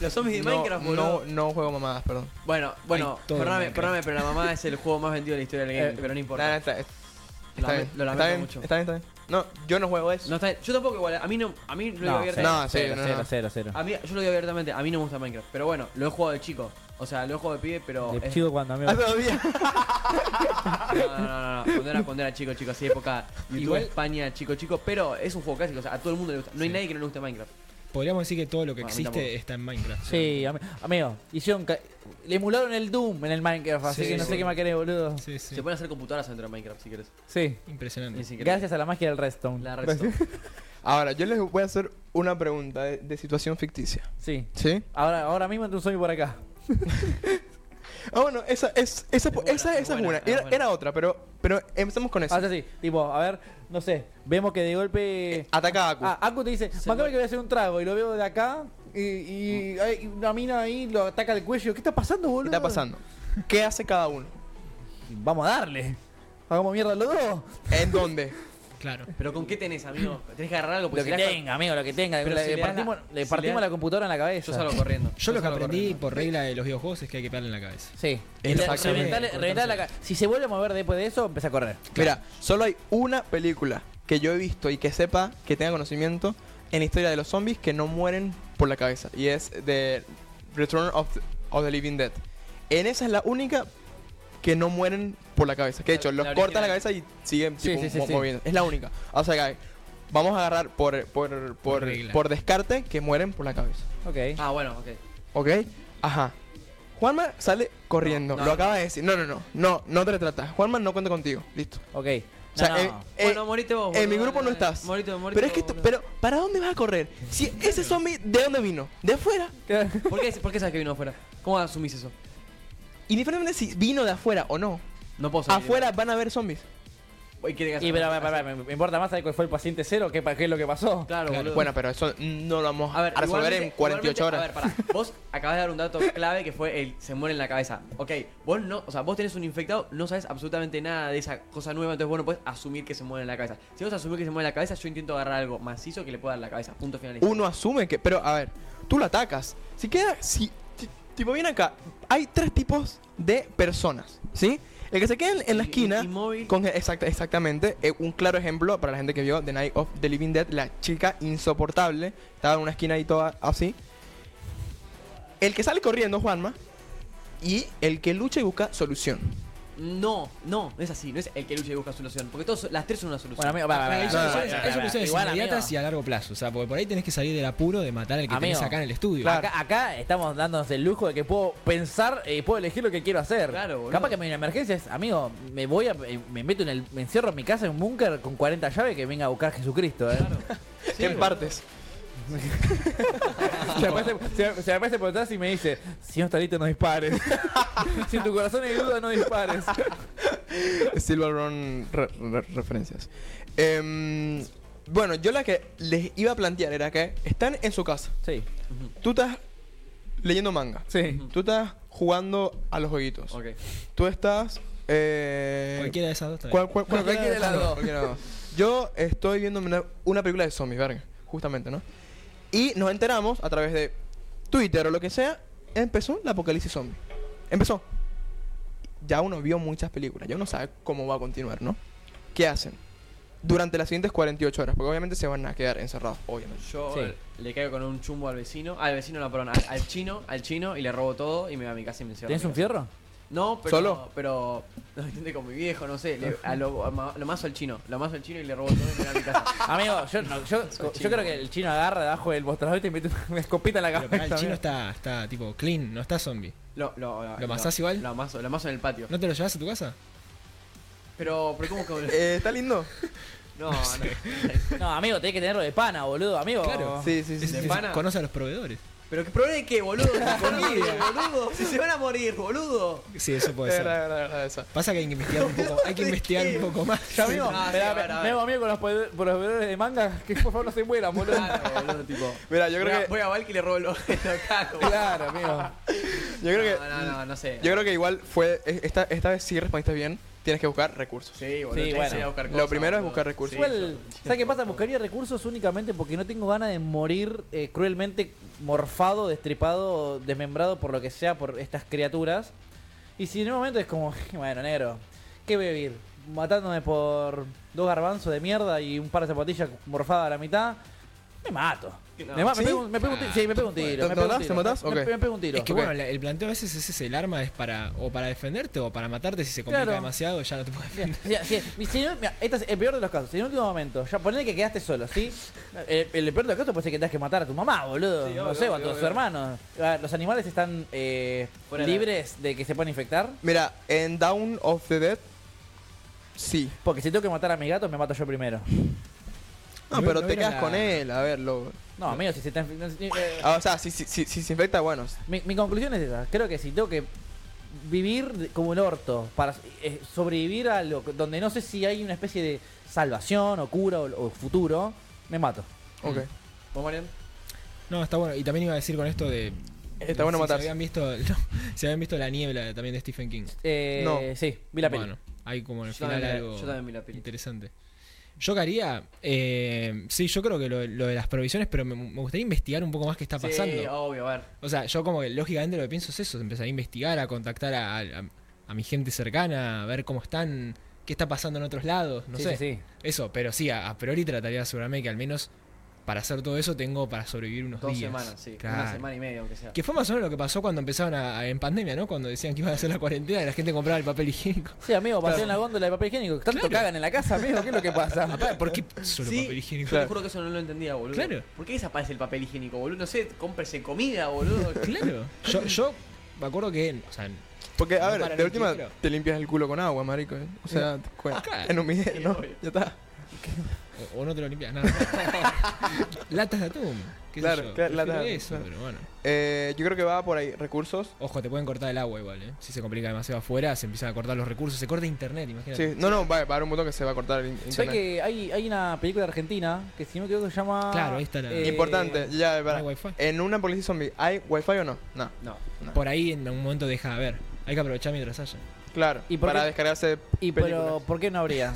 C: los zombies de
A: No,
C: Minecraft,
A: no,
C: boludo.
A: no juego mamadas, perdón.
C: Bueno, bueno,
D: Hay todo en
C: perdóname,
D: Minecraft.
C: perdóname, pero la mamá es el juego más vendido de la historia del game,
B: Eh,
C: pero no importa.
A: Nah, está, está
C: Lo lame-
A: bien.
C: lo
A: está
C: lamento
A: bien,
C: mucho.
A: Está bien, está bien. No, yo no juego eso. (laughs)
C: No, está bien. Yo tampoco igual, a mí no, a mí lo digo abiertamente.
A: No, sí,
B: cero,
A: no,
B: cero,
A: no.
B: cero, cero.
C: A mí, yo lo digo abiertamente, a mí no me gusta Minecraft, pero bueno, lo he jugado de chico. O sea, lo he jugado de pibe, pero.
B: De
C: es-
B: chido cuando, amigo.
A: Ah, todavía.
C: No, no, no, no, Cuando era, cuando era chico, chico, así época YouTube
D: Igual-
C: España, chico, chico, pero es un juego clásico, o sea, a todo el mundo le gusta. No hay nadie que no le guste Minecraft.
D: Podríamos decir que todo lo que
C: Bueno, a mí
D: existe
C: tampoco.
D: está en Minecraft.
B: Sí, ami- amigo, hicieron. ca- Le emularon el Doom en el Minecraft, así
D: Sí,
B: que no
D: sí.
B: sé qué más querés, boludo.
D: Sí, sí.
C: Se pueden hacer computadoras dentro de Minecraft si quieres.
B: Sí.
D: Impresionante.
C: Ni siquiera.
B: Gracias a la magia del Redstone.
C: La resto.
A: Ahora, yo les voy a hacer una pregunta de, de situación ficticia.
B: Sí.
A: ¿Sí?
B: Ahora, ahora mismo entra un zombie por acá.
A: Ah, bueno, esa, es, esa,
C: Es
A: po-
C: buena,
A: esa,
C: es
A: esa es
C: buena,
A: una.
C: es
A: Era,
C: buena.
A: era otra, pero, pero empezamos con eso.
B: Hace así, tipo, a ver, no sé, vemos que de golpe.
A: Ataca a Aku.
B: Ah, Aku te dice, Macame que voy a hacer un trago y lo veo de acá y, y hay una mina ahí lo ataca el cuello. ¿Qué está pasando,
A: ¿Qué
B: boludo?
A: está
C: (laughs)
A: pasando? ¿Qué hace cada uno?
B: Vamos a darle. Hagamos mierda los dos.
A: ¿En dónde?
D: Claro.
C: Pero con qué tenés, amigo? Tenés que agarrar algo
B: lo
C: porque Pues si
B: que
C: le das-
B: tenga, amigo, lo que tenga.
C: Pero
B: Le,
C: si
B: le
C: le das la-
B: partimos, le
C: si
B: partimos
C: le das-
B: la computadora en la cabeza.
C: Yo salgo corriendo.
D: Yo lo que
C: salgo
D: aprendí
C: corriendo.
D: por regla de los videojuegos es que hay que pegarle en la cabeza.
B: Sí.
A: Es
B: Le-
A: la-
B: Reventale, reventale la ca- Si se vuelve a mover después de eso, empieza a correr.
A: Mira, solo hay una película que yo he visto y que sepa, que tenga conocimiento en la historia de los zombies que no mueren por la cabeza. Y es de Return of the, of the Living Dead. En esa es la única que no mueren por la cabeza. Que de
C: La-
A: hecho,
C: la
A: los cortan
C: original.
A: la cabeza y siguen
B: Sí,
A: tipo,
B: sí, sí,
A: mo-
B: sí.
A: moviendo. Es la única. O sea que vamos a agarrar por, por, por,
D: regla.
A: por descarte que mueren por la cabeza.
B: Ok.
C: Ah, bueno, ok.
A: ¿Ok? Ajá. Juanma sale corriendo.
C: No, no,
A: lo acaba de decir. No, no, no. No, no te retratas. Juanma no cuenta contigo. Listo.
B: Ok.
A: O sea,
B: No, no.
A: eh,
B: (laughs)
A: eh,
C: bueno, morite vos.
A: en mi
C: boludo,
A: grupo no
C: dale, dale.
A: estás.
C: Morite vos, morite
A: pero es que,
C: vos,
A: esto-
C: boludo.
A: pero ¿para dónde vas a correr? Si ese zombie, ¿de dónde vino? De afuera.
C: ¿Por qué, ¿Por qué sabes que vino afuera? ¿Cómo asumís eso?
A: Indiferentemente si vino de afuera o no.
C: No puedo saber.
A: afuera van a haber zombies.
C: Y quiere que-
B: Y pero, pero, pero, me- me importa más saber cuál fue el paciente cero, qué, pa- qué es lo que pasó.
C: Claro,
D: Claro.
C: boludo.
A: Bueno, pero eso no lo vamos a, resolver en
C: igualmente-
A: 48 horas.
C: igualmente- A ver, pará. Vos acabas de dar un dato clave que fue el se muere en la cabeza. Ok, vos no, o sea, vos tenés un infectado, no sabes absolutamente nada de esa cosa nueva, entonces vos no podés asumir que se muere en la cabeza. Si vos asumís que se muere en la cabeza, yo intento agarrar algo macizo que le pueda dar en la cabeza. Punto final.
A: Uno asume que. Pero a ver, tú lo atacas. Si queda. Si. ti- Tipo, viene acá. Hay tres tipos de personas. ¿Sí? El que se queda en, en la
C: Y- y-
A: esquina.
C: inmóvil.
A: Con, e, exacta- exactamente. Eh, un claro ejemplo para la gente que vio The Night of the Living Dead, la chica insoportable. Estaba en una esquina y toda así. El que sale corriendo, Juanma. Y el que lucha y busca solución.
C: No, no, no es así, no es el que lucha y busca solución. Porque todos, las tres son una solución.
B: Bueno, amigo, va, va, va,
D: Hay
B: va, va,
D: soluciones,
B: va,
D: hay
B: va, va.
D: soluciones
B: Igual, amigo,
D: inmediatas y a largo plazo. O sea, porque por ahí tenés que salir del apuro de matar al que
B: Amigo,
D: tenés acá en el estudio.
A: claro.
B: Acá, acá estamos dándonos el lujo de que puedo pensar y puedo elegir lo que quiero hacer.
C: Claro, boludo.
B: Capaz que me viene una emergencia, es, amigo, me voy a, eh, me meto en el, me encierro en mi casa en un búnker con 40 llaves que venga a buscar Jesucristo, eh.
C: Sí,
A: en
C: boludo. (laughs)
A: partes.
B: (laughs) Se aparece, se- se aparece por detrás y me dice, si no talito no dispares. (laughs) si en tu corazón hay duda, no dispares.
A: Silver Run re- re- referencias. Em, bueno, yo la que les iba a plantear era que están en su casa.
B: Sí,
A: Tú estás leyendo manga.
B: sí.
A: Tú estás jugando a los jueguitos.
C: Ok.
A: Tú estás. Eh,
D: Cualquiera de esas dos. está bien.
A: cual- cual- cual-
B: Cualquiera de las dos.
A: cualquiera de las dos. (laughs) Yo estoy viendo una, una película de zombies, verga. Justamente, ¿no? Y nos enteramos a través de Twitter o lo que sea. Empezó la apocalipsis zombie. Empezó. Ya uno vio muchas películas. Ya uno sabe cómo va a continuar, ¿no? ¿Qué hacen? Durante las siguientes 48 horas. Porque obviamente se van a quedar encerrados, obviamente.
C: Yo
B: Sí.
C: le caigo con un chumbo al vecino, al vecino no, perdón, al, al chino, al chino y le robo todo y me voy a mi casa y me encierro.
B: ¿Tienes
C: en
B: un
C: mi casa.
B: fierro?
C: No, pero.
A: ¿Solo?
C: Pero. No, intenté con mi viejo, no sé. le- a lo, a ma- lo mazo al chino. Lo mazo al chino y le robo todo y me da mi casa.
B: (laughs) Amigo, yo, no, yo, yo
C: chino.
B: creo que el chino agarra debajo del mostrador y te mete una escopeta en la (laughs)
D: Pero pará,
B: cabeza.
D: el chino
B: amigo.
D: está, está tipo clean, no está zombie.
C: Lo, lo, lo,
D: ¿Lo amasás igual?
C: Lo amazo, lo amazo en el patio.
D: ¿No te lo llevas a tu casa?
C: Pero, pero ¿cómo que.?
A: (laughs) Eh, ¿Está lindo?
C: No, no.
B: No, amigo, tenés que tenerlo de pana, boludo, amigo.
D: Claro.
A: Sí, sí, sí.
D: Es-
C: ¿De
D: es-
C: pana?
D: Conoce a los proveedores.
C: (laughs) Pero ¿qué problema de qué, boludo? Si se van a morir, boludo. Si se van a morir, boludo.
D: Sí, eso puede
A: Es
D: ser.
A: verdad, es verdad, es verdad, esa.
D: Pasa que hay que investigar un poco,
C: (laughs)
D: hay que investigar un poco más.
B: Ya amigo,
C: Ah, sí,
B: me, da-
C: a ver, a
B: me
C: ver.
B: hago amigo con los poder- con los proveedores de manga, que por favor no se mueran, boludo.
C: Claro, boludo, tipo.
A: Mira, yo
C: voy
A: creo
C: a,
A: que-
C: Voy a Valky y le robo el (laughs) objeto acá,
B: Claro, amigo.
A: Yo creo que.
C: No, no, no, no sé.
A: Yo creo que igual fue. e- Esta, esta vez sí respondiste bien. Tienes que buscar recursos.
C: Sí, boludo.
B: Sí,
C: tenés que
B: bueno.
C: ir a buscar
A: Lo
C: cosas,
A: primero es
C: boludo.
A: buscar recursos.
B: Igual, ¿sabes qué pasa? Buscaría recursos únicamente porque no tengo ganas de morir eh, cruelmente morfado, destripado, desmembrado por lo que sea por estas criaturas. Y si en un momento es como, (laughs) bueno, negro, ¿qué voy a vivir? Matándome por dos garbanzos de mierda y un par de zapatillas morfadas a la mitad, me mato.
C: No.
B: Me ma-
A: ¿Sí?
B: me pego un- me pego un ti- Sí, me pego un tiro.
A: ¿Te
B: me pego un
A: matás?
B: tiro.
A: ¿Te matás?
B: Me-
A: Ok.
B: Me pego un tiro.
D: Es que
A: Ok.
D: bueno, la- el planteo a veces ese es el arma, es para o para defenderte o para matarte si se complica
B: Claro.
D: demasiado, ya no te puedes defender.
B: O sea, si- si- si no- mira, este es el peor de los casos. Si en el último momento, ya ponele que quedaste solo, ¿sí? El, el peor de los casos puede ser que tengas que matar a tu mamá, boludo.
C: Sí,
B: no
C: obvio,
B: sé, o a
C: obvio,
B: tus
C: obvio.
B: hermanos. A ver, Los animales están eh,
C: Fuera de-
B: libres de que se puedan infectar.
A: Mira, en Down of the Dead. Sí.
B: Porque si tengo que matar a mis gatos, me mato yo primero.
A: No,
D: No,
A: pero
D: no
A: te
D: era
A: quedas
D: la-
A: con él, a ver, lo.
B: No, amigo, si se está inf- eh,
A: Ah, o sea, si, si, si, si se infecta, bueno. s-
B: mi, mi conclusión es esa. Creo que si tengo que vivir de- como el orto para eh, sobrevivir a lo donde no sé si hay una especie de salvación o cura o- o futuro, me mato.
A: Ok.
C: ¿Vos, Marian?
D: No, está bueno. Y también iba a decir con esto de.
A: Está bueno
D: si se
A: matarse.
D: habían visto, (laughs) no, si habían visto la niebla también de Stephen King.
B: Eh,
A: No.
B: Sí, vi la peli.
D: Bueno, hay como en el
C: Yo
D: final
C: también la-
D: algo
C: yo también vi la peli.
D: interesante. Yo que haría, eh, sí, yo creo que lo, lo de las provisiones, pero me, me gustaría investigar un poco más qué está pasando.
C: Sí, obvio, a ver.
D: O sea, yo como que lógicamente lo que pienso es eso, empezar a investigar, a contactar a, a- a- a mi gente cercana, a ver cómo están, qué está pasando en otros lados, no
B: Sí, sí,
D: sé.
B: sí.
D: Eso, pero sí, a, a priori trataría de asegurarme que al menos para hacer todo eso tengo para sobrevivir unos
C: Dos
D: días.
C: semanas, sí.
D: Claro.
C: Una semana y media, aunque sea.
D: Que fue más o menos lo que pasó cuando empezaron a, a- en pandemia, ¿no? Cuando decían que iban a hacer la cuarentena y la gente compraba el papel higiénico.
B: Sí, amigo, pasé en la góndola de papel higiénico. Tanto cagan en la casa, amigo, ¿qué es lo
A: (laughs)
B: que pasa?
D: Aparte, ¿por qué solo
C: Sí,
D: papel higiénico?
C: Yo te juro que eso no lo entendía, boludo.
D: Claro.
C: ¿Por qué desaparece el papel higiénico, boludo? No sé, cómprese comida,
D: (laughs)
C: boludo.
D: Claro. Yo, yo me acuerdo que, o sea,
A: Porque, a
D: No para
A: ver, de
D: ni
A: última
D: quiero.
A: te limpias el culo con agua, marico. eh. O sea, te cuen-
D: Claro.
A: en un video, ¿no?
C: obvio.
A: Ya está.
D: o, o no te lo limpias
A: (laughs)
D: nada. Latas de atún. qué sé
A: Claro,
D: yo.
A: claro, latas
D: Prefiero
A: de atún,
D: eso,
A: claro.
D: pero bueno.
A: Eh, yo creo que va por ahí recursos.
D: Ojo, te pueden cortar el agua igual, ¿eh? Si se complica demasiado afuera, se empiezan a cortar los recursos, se corta internet, imagínate.
A: Sí, no, no, va, va a haber un botón que se va a cortar el in-
B: Sé
A: internet.
B: que hay, hay una película argentina que si no me equivoco se llama...
D: Claro, ahí está la-
B: eh,
D: que-
A: Importante, ya,
D: No hay
A: para.
D: wifi.
A: En una policía zombie, ¿hay wifi o no? No.
C: No.
A: no.
D: Por ahí en algún momento deja de haber. Hay que aprovechar mientras haya.
A: Claro,
B: ¿Y por
A: para
B: qué-
A: descargarse
B: Y pero,
A: películas.
B: ¿por qué no
A: (laughs)
B: habría?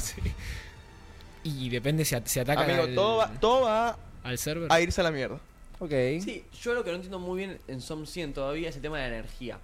D: Y depende si, at- si ataca
A: Amigo,
D: al,
A: todo, va, todo va
D: al server.
A: a irse a la mierda.
B: Ok.
C: Sí, yo lo que no entiendo muy bien en Som 100 todavía es el tema de la energía.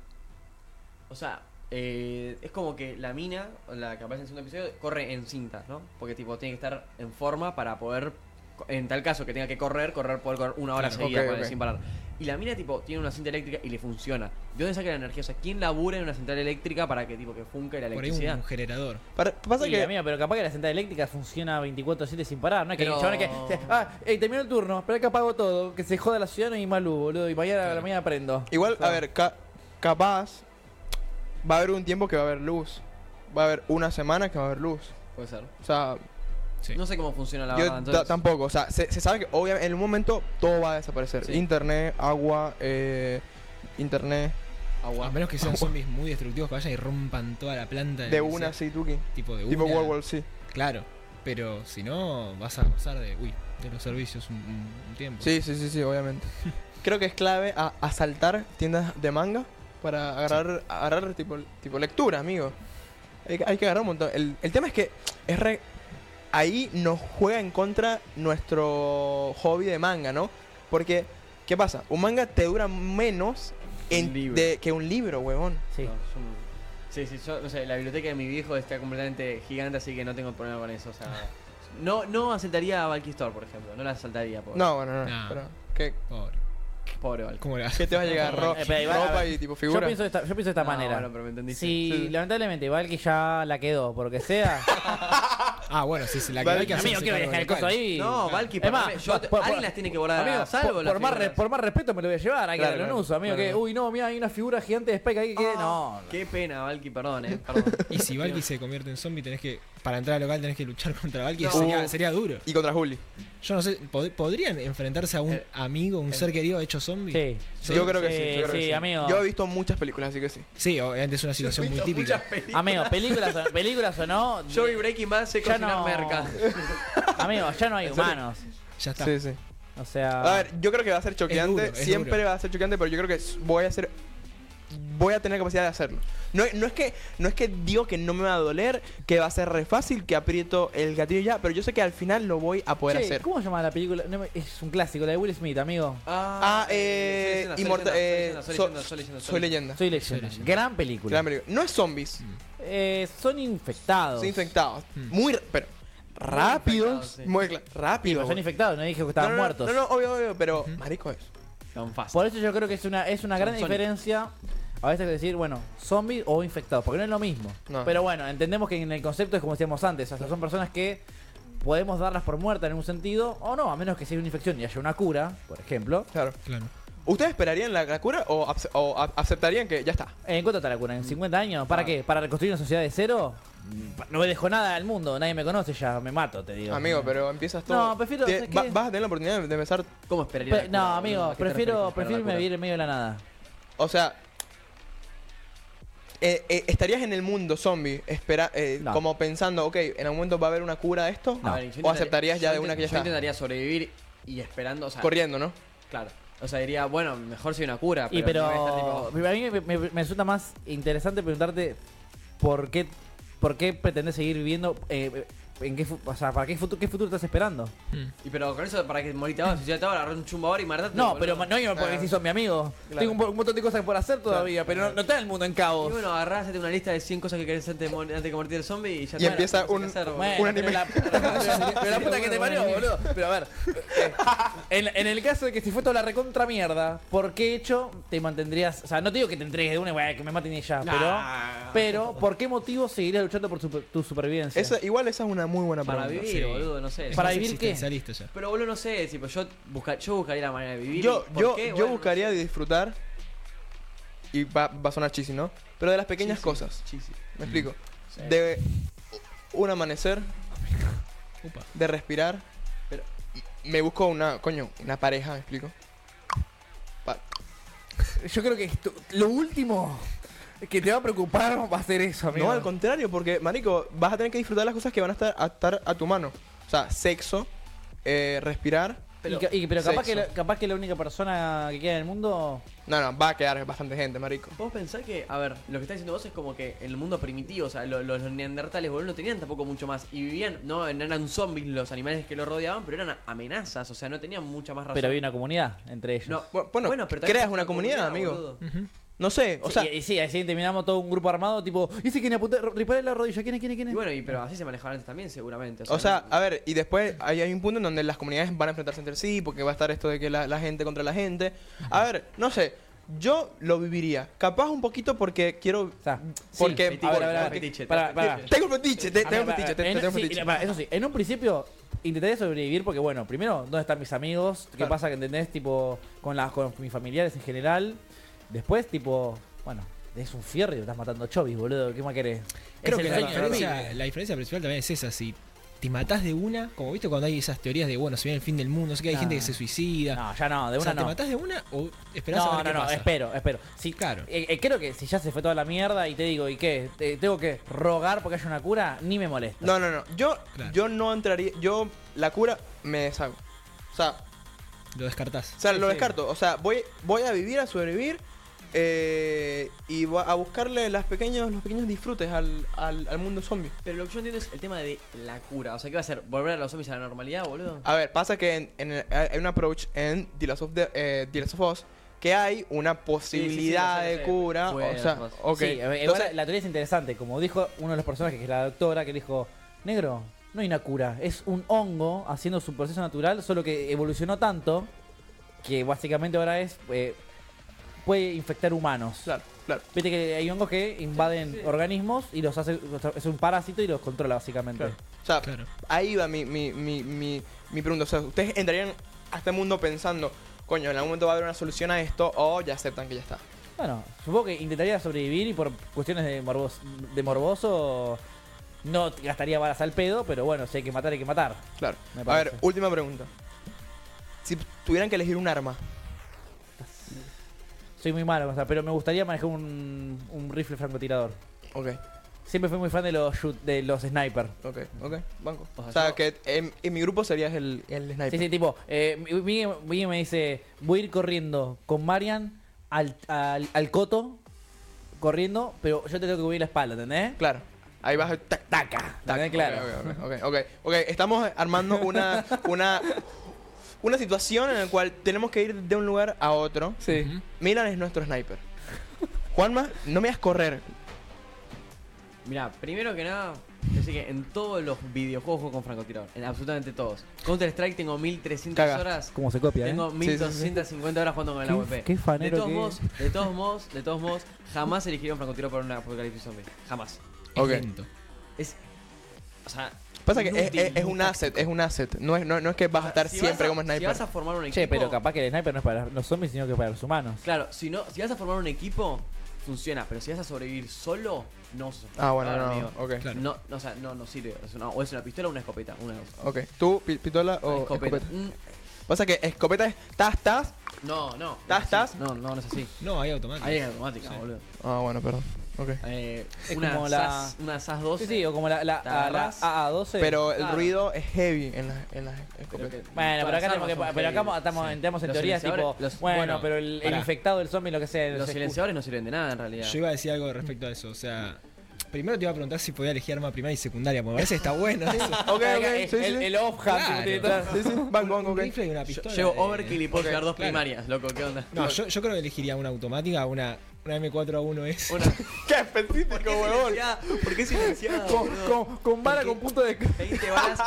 C: O sea, eh, es como que la mina, o la que aparece en el segundo episodio, corre en cintas, ¿no? Porque tipo tiene que estar en forma para poder, co- en tal caso que tenga que correr, correr, poder correr una hora
A: Claro,
C: seguida
A: ok,
C: con-
A: ok.
C: sin parar. Y la mina tipo tiene una cinta eléctrica y le funciona. ¿De dónde saca la energía? O sea, ¿quién labura en una central eléctrica para que tipo que funque la
D: Por ahí un,
C: electricidad?
D: generador.
A: Para- pasa
B: Sí,
A: que.
B: amigo, pero capaz que la central eléctrica funciona 24-7 sin parar. No es que
C: Pero-
B: el chabón es que. Ah, hey, terminó el turno, espera que apago todo, que se joda la ciudad y Malú, boludo. Y mañana a la mañana prendo.
A: Igual,
B: O sea,
A: a ver, ca- capaz va a haber un tiempo que va a haber luz. Va a haber una semana que va a haber luz.
C: Puede ser.
A: O sea,
D: Sí.
C: No sé cómo funciona la
A: yo
C: verdad.
A: ta-
C: Ah, Entonces,
A: tampoco. O sea, se, se sabe que obviamente en un momento todo va a desaparecer.
C: Sí.
A: Internet, agua, eh, internet.
D: A
C: agua.
D: menos que sean zombies muy destructivos que vayan y rompan toda la planta.
A: De
D: lo que
A: una,
D: sea.
A: sí, Tuki.
D: Tipo de
A: Tipo
D: una.
A: World War, sí.
D: Claro. Pero si no, vas a gozar de, uy, de los servicios un, un- un tiempo.
A: Sí, sí, sí, sí,
B: (laughs)
A: obviamente. Creo que es clave a asaltar tiendas de manga para agarrar, agarrar tipo, tipo lectura, amigo. Hay, que- hay que agarrar un montón. El, el tema es que es re- ahí nos juega en contra nuestro hobby de manga, ¿no? Porque, ¿qué pasa? Un manga te dura menos en-
C: Un libro.
A: de- que un libro, huevón.
B: Sí.
C: No, yo no- sí, sí, yo, no sé, la biblioteca de mi viejo está completamente gigante, así que no tengo problema con eso.
B: (laughs)
C: O sea, no, no asaltaría a Valky Store, por ejemplo. No la asaltaría, pobre.
A: No, bueno, no.
D: No.
A: pero que,
D: Pobre.
C: Pobre Valky.
D: ¿Cómo le vas?
A: que te va a llegar ro-
B: Eh, pero ahí va, a
A: ropa
B: ver.
A: y tipo
B: Yo
A: figura. Ah,
B: pienso de esta, yo pienso de esta
C: No,
B: manera.
C: bueno, pero
B: si
C: me entendiste.
A: sí.
B: lamentablemente Valky ya la quedó, porque
A: (laughs)
B: sea.
D: Ah, bueno, sí, sí, la que
A: Vale.
D: hay que hacer.
B: amigo, quiero dejar el coso ahí.
C: No, Valky, por
B: más,
C: favor, yo-
B: por- por-
C: alguien las tiene que volar
B: Amigo,
C: a salvo.
B: por,
C: las
B: por más re-
C: figuras.
B: por más respeto me lo voy a llevar,
A: Claro,
B: hay que darle un
A: claro,
B: uso, amigo.
A: claro,
B: que,
A: claro.
B: uy, no, mira, hay una figura gigante de Spike ahí que. no,
C: Ah, Qué pena, Valky, perdón,
B: (laughs)
C: eh. Perdón.
D: Y si Valky se convierte en zombie, tenés que. Para entrar al local tenés que luchar (laughs) contra Valky.
C: No.
D: Sería, sería duro.
A: Y contra Juli.
D: Yo no sé, ¿pod- ¿podrían enfrentarse a un
C: Eh,
D: amigo, un ser querido hecho zombie?
B: Sí.
D: Sí,
A: yo creo que
B: sí,
A: sí. yo creo que
B: sí, amigo.
A: Yo he visto muchas películas, así que sí.
D: Sí, obviamente es una situación muy típica.
C: Muchas películas.
B: Amigo, películas o, películas o no.
C: Yo y Breaking Bad sé
B: Ya
C: cocinar
B: no. (laughs)
C: merca.
B: Amigo, ya (laughs) no hay humanos.
D: Ya está.
A: Sí, sí.
B: O sea.
A: A ver, yo creo que va a ser choqueante.
D: Es duro, es
A: Siempre
D: duro.
A: va a ser choqueante, pero yo creo que s- voy a hacer. Voy a tener capacidad de hacerlo. No, no, es que, no es que digo que no me va a doler, que va a ser re fácil, que aprieto el gatillo y ya, pero yo sé que al final lo voy a poder
B: Che,
A: hacer.
B: ¿Cómo se llama la película? No me- es un clásico, la de Will Smith, amigo.
A: Ah, eh.
C: soy
A: inmorta- eh,
C: leyenda, soy
A: so-
C: leyenda, soy leyenda,
A: Soy leyenda.
B: Soy leyenda.
D: Soy leyenda.
B: Gran película.
A: Gran película. No es zombies,
B: Eh, son infectados.
A: son infectados.
D: Hmm.
A: Muy. r- Pero, rápidos.
C: infectados, sí.
A: Mm. Muy cla- rápidos.
B: Pero son
A: güey.
B: infectados, no dije que
A: No,
B: estaban
A: no, no,
B: muertos.
A: No, no, obvio, obvio, pero. Marico es.
C: Tan fácil.
B: Por eso yo creo que es una, es una
C: Son
B: gran
C: Sonic.
B: diferencia. A veces decir, bueno, zombies o infectados, porque no es lo mismo.
A: No.
B: Pero bueno, entendemos que en el concepto es como decíamos antes, hasta son personas que podemos darlas por muertas en un sentido, o no, a menos que sea una infección y haya una cura, por ejemplo.
A: Claro.
D: Claro.
A: ¿Ustedes esperarían la, la cura o, ace- o a- aceptarían que ya está?
B: ¿En cuánto está la cura? ¿En 50 años? ¿Para
C: Ah.
B: qué? ¿Para reconstruir una sociedad de cero? Pa- No me dejo nada al mundo, nadie me conoce ya, me mato, te digo.
A: Amigo, pero empiezas todo.
B: No, prefiero-
A: Te-
B: ¿sabes
A: va-
B: qué?
A: vas a tener la oportunidad de empezar.
C: ¿Cómo esperaría?
B: Pe-
C: la
B: no,
C: cura, boludo?
B: amigo,
C: ¿A qué te
B: prefiero,
C: referís con
B: prefiero
C: esperar la
B: irme a
C: cura?
B: vivir en medio de la nada.
A: O sea. eh, eh, ¿Estarías en el mundo zombie espera, eh,
B: No.
A: como pensando, ok, en algún momento va a haber una cura a esto?
B: No.
C: A ver, yo
A: ¿O
C: intentaría-
A: aceptarías ya
C: yo
A: de una
C: intent-
A: que ya
C: Yo
A: está?
C: intentaría sobrevivir y esperando, o sea,
A: Corriendo, ¿no?
C: claro. O sea, diría, bueno, mejor si hay una cura, Ah, pero,
B: Y pero
C: no voy a estar tipo,
B: a mí me, me- me resulta más interesante preguntarte por qué por qué pretendés seguir viviendo eh, ¿En qué, fu- o sea, ¿para qué futuro, qué futuro estás esperando?
C: Y pero con eso, para que moriste ahora, suicidate ahora, agarré un chumbo ahora y matarte.
B: No,
C: boludo.
B: pero no yo porque
A: Ah.
B: si son mi amigo.
A: Claro.
B: Tengo un, po- un montón de cosas por hacer todavía, pero no, no está el mundo en
C: Y
B: caos.
C: bueno, agarrás, hacete una lista de 100 cosas que querés antes de, mo- antes de convertirte en zombie y ya
A: Y empieza un-
C: Bueno,
B: Bueno,
A: un anime.
B: Pero la, pero la puta que te (laughs) parió, boludo. Pero a ver, eh, en, en el caso de que si fue toda la recontra mierda, ¿por qué hecho te mantendrías? O sea, no te digo que te entregues de una, güey, que me maten y ya,
C: Nah.
B: pero, pero ¿por qué motivo seguirías luchando por su- tu supervivencia?
A: Esa, igual esa es una muy buena
C: para
A: pregunta.
C: vivir,
D: sí.
C: boludo, no sé.
D: Es
B: Para
D: más
B: vivir qué?
D: existencialista ya.
C: Pero boludo, no sé, tipo, yo, busca- yo buscaría la manera de vivir.
A: Yo,
C: ¿Por
A: yo,
C: qué?
A: yo
C: Bueno, no
A: buscaría
C: sé.
A: disfrutar. Y va, va a sonar chisi, ¿no? Pero de las pequeñas
C: Sí, sí,
A: cosas.
C: sí, Mm. sí.
A: Me explico. De un amanecer,
D: Upa.
A: de respirar. Pero me busco una, coño, una pareja, me explico. Pa-
B: Yo creo que esto- lo último que te va a preocupar va a ser eso, amigo.
A: no, al contrario, porque, marico, vas a tener que disfrutar las cosas que van a estar a, estar a tu mano. O sea, sexo, eh, respirar.
B: Y ca- y- pero capaz que, la,
A: Sexo.
B: capaz que la única persona que queda en el mundo
A: No, no, va a quedar bastante gente, marico.
C: Vos pensás que, a ver, lo que estás diciendo vos es como que en el mundo primitivo, o sea, lo- los, neandertales, boludo, no tenían tampoco mucho más. Y vivían, no no eran zombies los animales que los rodeaban, pero eran amenazas, o sea, no tenían mucha más razón.
B: Pero había una comunidad entre ellos.
C: No,
A: Bu- bueno,
C: también
A: creas
C: es
A: una comunidad, amigo.
C: boludo.
D: Ujú.
A: No sé, o
B: Sí,
A: sea,
B: y, y sí, así terminamos todo un grupo armado, tipo, dice quién apunta, repare la rodilla, quién es, quién es, quién es.
C: Y bueno, y, pero así se manejaban antes también, seguramente.
A: O sea,
C: no-
A: a ver, y después hay, hay un punto en donde las comunidades van a enfrentarse entre sí, porque va a estar esto de que la, la gente contra la gente. A ver, no sé, yo lo viviría. Capaz un poquito porque quiero...
B: o sea,
A: porque-
B: sí, a ver, a ver, a ver,
C: fetiche,
B: pará, pará.
C: fetiche.
A: Tengo un fetiche, te-
B: Ah,
A: tengo un
B: pará,
A: fetiche, te-
B: pará. En-
A: tengo un
B: sí,
A: fetiche.
B: pará, Eso sí, en un principio intentaría sobrevivir porque, bueno, primero, ¿dónde están mis amigos? ¿Qué
A: Claro.
B: pasa que entendés? Tipo, con, las con mis familiares en general. Después, tipo, bueno, es un fierro y te estás matando chovis, boludo, ¿qué más querés?
D: Creo
B: Es
D: que
B: el
D: la
B: sueño, ¿no?
D: diferencia, la diferencia principal también es esa, si te matás de una, como viste cuando hay esas teorías de, bueno, se viene el fin del mundo, no sé qué, hay
B: No.
D: gente que se suicida.
B: No, ya no, de
D: O
B: una
D: sea, ¿te
B: no.
D: matás de una o esperás a
B: No,
D: ver
B: no,
D: qué
B: no,
D: pasa?
B: espero, espero. Si,
D: Claro.
B: eh, eh, creo que si ya se fue toda la mierda y te digo, ¿y qué? Te- ¿Tengo que rogar porque haya una cura? Ni me molesta.
A: No, no, no. Yo,
D: Claro.
A: yo no entraría... Yo, la cura, me deshago. O sea,
D: Lo descartás.
A: o sea,
B: Sí,
A: lo
B: sí.
A: descarto. O sea, voy, voy a vivir, a sobrevivir eh, y va- a buscarle las pequeños, los pequeños disfrutes al, al- al mundo zombie.
C: Pero lo que yo entiendo es el tema de la cura. O sea, ¿qué va a hacer? ¿Volver a los zombies a la normalidad, boludo?
A: A ver, pasa que en, en el- hay un approach en The Last of, the, eh, The Last of Us que hay una posibilidad
C: sí, lo sé,
A: de
C: lo sé.
A: cura.
C: Bueno,
A: o sea,
C: pues,
A: ok.
B: Sí, eh, igual
A: Entonces,
B: la teoría es interesante. Como dijo uno de los personajes, que es la doctora, que dijo, negro, no hay una cura. Es un hongo haciendo su proceso natural, solo que evolucionó tanto que básicamente ahora es... eh, puede infectar humanos.
A: claro, claro.
B: Viste que hay hongos que invaden organismos y los hace... Es un parásito y los controla básicamente.
A: Claro. O sea,
D: Claro.
A: ahí va mi, mi, mi, mi, mi pregunta. O sea, ustedes entrarían a este mundo pensando, coño, en algún momento va a haber una solución a esto o ya aceptan que ya está.
B: Bueno, supongo que intentaría sobrevivir y por cuestiones de, morbos- de morboso no gastaría balas al pedo, pero bueno, si hay que matar, hay que matar.
A: Claro.
B: Me
A: A ver,
B: parece.
A: última pregunta. Si tuvieran que elegir un arma,
B: Soy muy malo, o sea, pero me gustaría manejar un, un rifle francotirador.
A: ok,
B: Siempre fui muy fan de los, shoot- de los sniper.
A: ok, ok, banco.
C: O sea,
A: O sea,
C: yo-
A: que en, en mi grupo serías el, el sniper.
B: Sí, sí, tipo, eh, Miguel, Miguel me dice, voy a ir corriendo con Marian al, al, al coto, corriendo, pero yo te tengo que cubrir la espalda, ¿entendés?
A: Claro. Ahí vas. Tac,
B: Taca, ¿entendés?
A: Ok,
B: Claro.
A: ok, ok, ok, ok. estamos armando una, una, una situación en la cual tenemos que ir de un lugar a otro.
B: Sí.
D: Ujú.
A: Milan es nuestro sniper. Juanma, no me hagas correr.
C: Mira, primero que nada, decir que en todos los videojuegos juego con francotirador. En absolutamente todos. Counter Strike tengo 1300
A: Caga.
C: horas.
B: Como se copia,
C: Tengo
B: ¿eh?
C: 1250 horas jugando con la
B: Qué-
C: UFP.
B: qué
C: de
B: fanero
C: todos
B: que
C: modos, de todos modos, de todos modos, jamás elegiría un francotirador para un apocalipsis zombie. Jamás.
D: Es
A: Ok.
D: lento.
C: Es. O sea.
A: Pasa que es,
C: inútil,
A: es- es
C: muy
A: un
C: táctico.
A: asset, es un asset. No es, no, no es que vas a estar
C: Si vas
A: siempre
C: a-
A: como
C: Si
A: sniper.
C: vas a formar un equipo.
B: Che, pero capaz que el sniper no es para los zombies, sino que para los humanos.
C: Claro, si, no, si vas a formar un equipo, funciona. Pero si vas a sobrevivir solo, no. sos
A: Ah, bueno, no.
C: francotirador, amigo.
A: Ok.
D: Claro.
C: No, no, o sea, no, no sirve. Es una- o es una pistola o una escopeta. Una de dos.
A: Ok. ¿Tú, pi- pistola o
C: escopeta.
A: Oh, escopeta?
C: Mm,
A: Pasa que escopeta es tas, tas.
C: No, no.
A: ¿Tas, tas?
C: No, no, no es así.
D: No, hay automático.
C: Ahí es automática, boludo.
A: Ah, bueno, perdón. Ok.
C: Eh,
B: Es
C: una,
B: como la-
C: SAS, una SAS 12.
B: Sí, sí, o como la, la,
C: La
B: a- la
C: agarrás,
B: AA12.
A: Pero el
C: claro.
A: ruido es heavy en las en las escopetas.
B: Bueno, pero acá, tenemos que, pero acá mo-
C: Los
B: estamos, entramos en
C: Los
B: teorías tipo,
C: silenciadores, los-
B: bueno,
D: bueno,
B: pero el, el
D: pará.
B: infectado, el zombie, lo que sea. no sé,
C: silenciadores no sirven de nada en realidad.
D: Yo iba a decir algo respecto a eso, o sea, Primero te iba a preguntar si podía elegir arma primaria y secundaria, porque a veces está bueno eso.
A: Ok,
C: (laughs)
A: ok,
B: El-
A: sí, sí,
B: el,
A: sí.
B: el offhand que
D: Claro.
B: tiene detrás.
A: Sí, sí, van, van,
D: un
A: ok.
D: rifle y una
C: Yo
D: pistola.
C: llevo
D: eh,
C: overkill y puedo
A: ok,
C: llevar dos
D: claro.
C: primarias, loco, ¿qué onda?
D: No, yo, yo creo que elegiría una automática, una, una M4A1S.
C: Una.
A: Qué específico,
C: ¿Por qué
A: huevón.
C: silenciada? ¿Por qué silenciada?
A: Con,
C: boludo?
A: con, con bala con punto de.
C: 20 balas,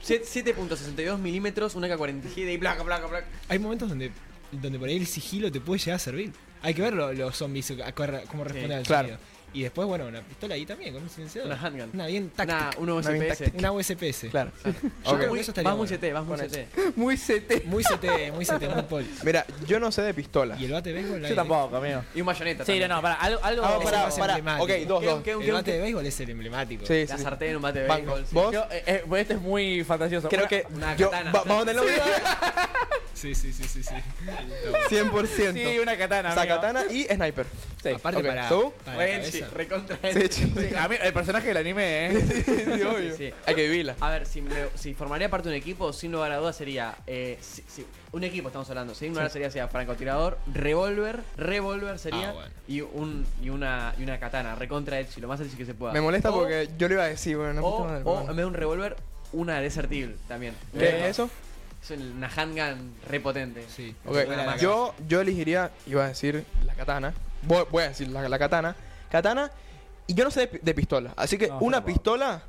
C: siete- 7.62 milímetros, una K47 y placa, placa, placa.
D: (laughs) Hay momentos donde, donde por ahí el sigilo te puede llegar a servir. Hay que ver lo- los zombies, a- corra- cómo responden al
A: claro.
D: sonido. Y después, bueno, una pistola ahí también, con un silenciador.
C: Una handgun.
D: Una bien
C: Nah,
D: táctica.
C: un USPS.
A: táctica.
D: Una USPS.
A: Claro.
D: Yo
A: Ok.
D: creo que
C: Muy-
D: eso estaría
C: Vas muy
D: bueno.
C: CT, vas muy
A: Con
C: CT.
A: Muy CT.
D: Muy CT, muy CT, muy pol.
A: Mira, yo no sé de pistola.
D: ¿Y el em- bate de béisbol?
B: Yo
D: ahí?
B: tampoco, amigo.
C: Y un bayoneta.
B: Sí, no,
C: también.
B: no, para, algo. algo
A: Ah,
D: Ese
A: pará,
D: más
A: pará.
D: emblemático.
A: Ok, dos,
C: ¿Qué-
A: dos.
C: qué-
D: El bate de béisbol es el emblemático.
A: Sí,
C: La
A: sí.
C: sartén en un bate de
A: Banco.
C: béisbol. sí.
A: ¿Vos?
B: Yo, eh, eh, pues este es muy fantasioso.
A: Creo
B: Una-
A: que
C: una
A: yo,
C: katana.
A: va- vamos a tenerlo
D: sí, sí, sí. sí, sí.
B: Sí,
A: 100%.
B: una katana.
A: Esa
B: amigo.
A: katana y sniper.
B: Sí.
D: Aparte
A: Ok,
D: para,
A: ¿tú?
D: para la
C: Renchi,
D: cabeza.
C: recontra
A: Sí,
C: Renchi.
A: chico.
B: Sí, a mí- el personaje del anime, ¿eh?
A: (laughs) Sí, obvio.
C: sí. Ah,
A: Hay que vivirla.
C: A ver, si, me- si formaría parte de un equipo, sin lugar a dudas sería. eh, si- si- un equipo estamos hablando, sin lugar a dudas sería, sea francotirador, revólver, revólver sería.
D: Ah, bueno.
C: y, un, y, una, y una katana, recontra Edgy, lo más Edgy que se pueda.
A: Me molesta
C: O-
A: porque yo le iba a decir, bueno, no
C: O,
A: puta madre,
C: o en
A: perdón.
C: vez de un revólver, una Desert Eagle también.
A: ¿Qué
B: Eh,
A: es eso?
C: Es una handgun repotente.
D: Sí.
A: Ok,
D: Buena la cabeza.
A: yo, yo elegiría, iba a decir la katana. Voy, voy a decir la, la katana. Katana, y yo no sé de, pi- de pistola. Así que
B: No, yo
A: una
B: tampoco.
A: pistola,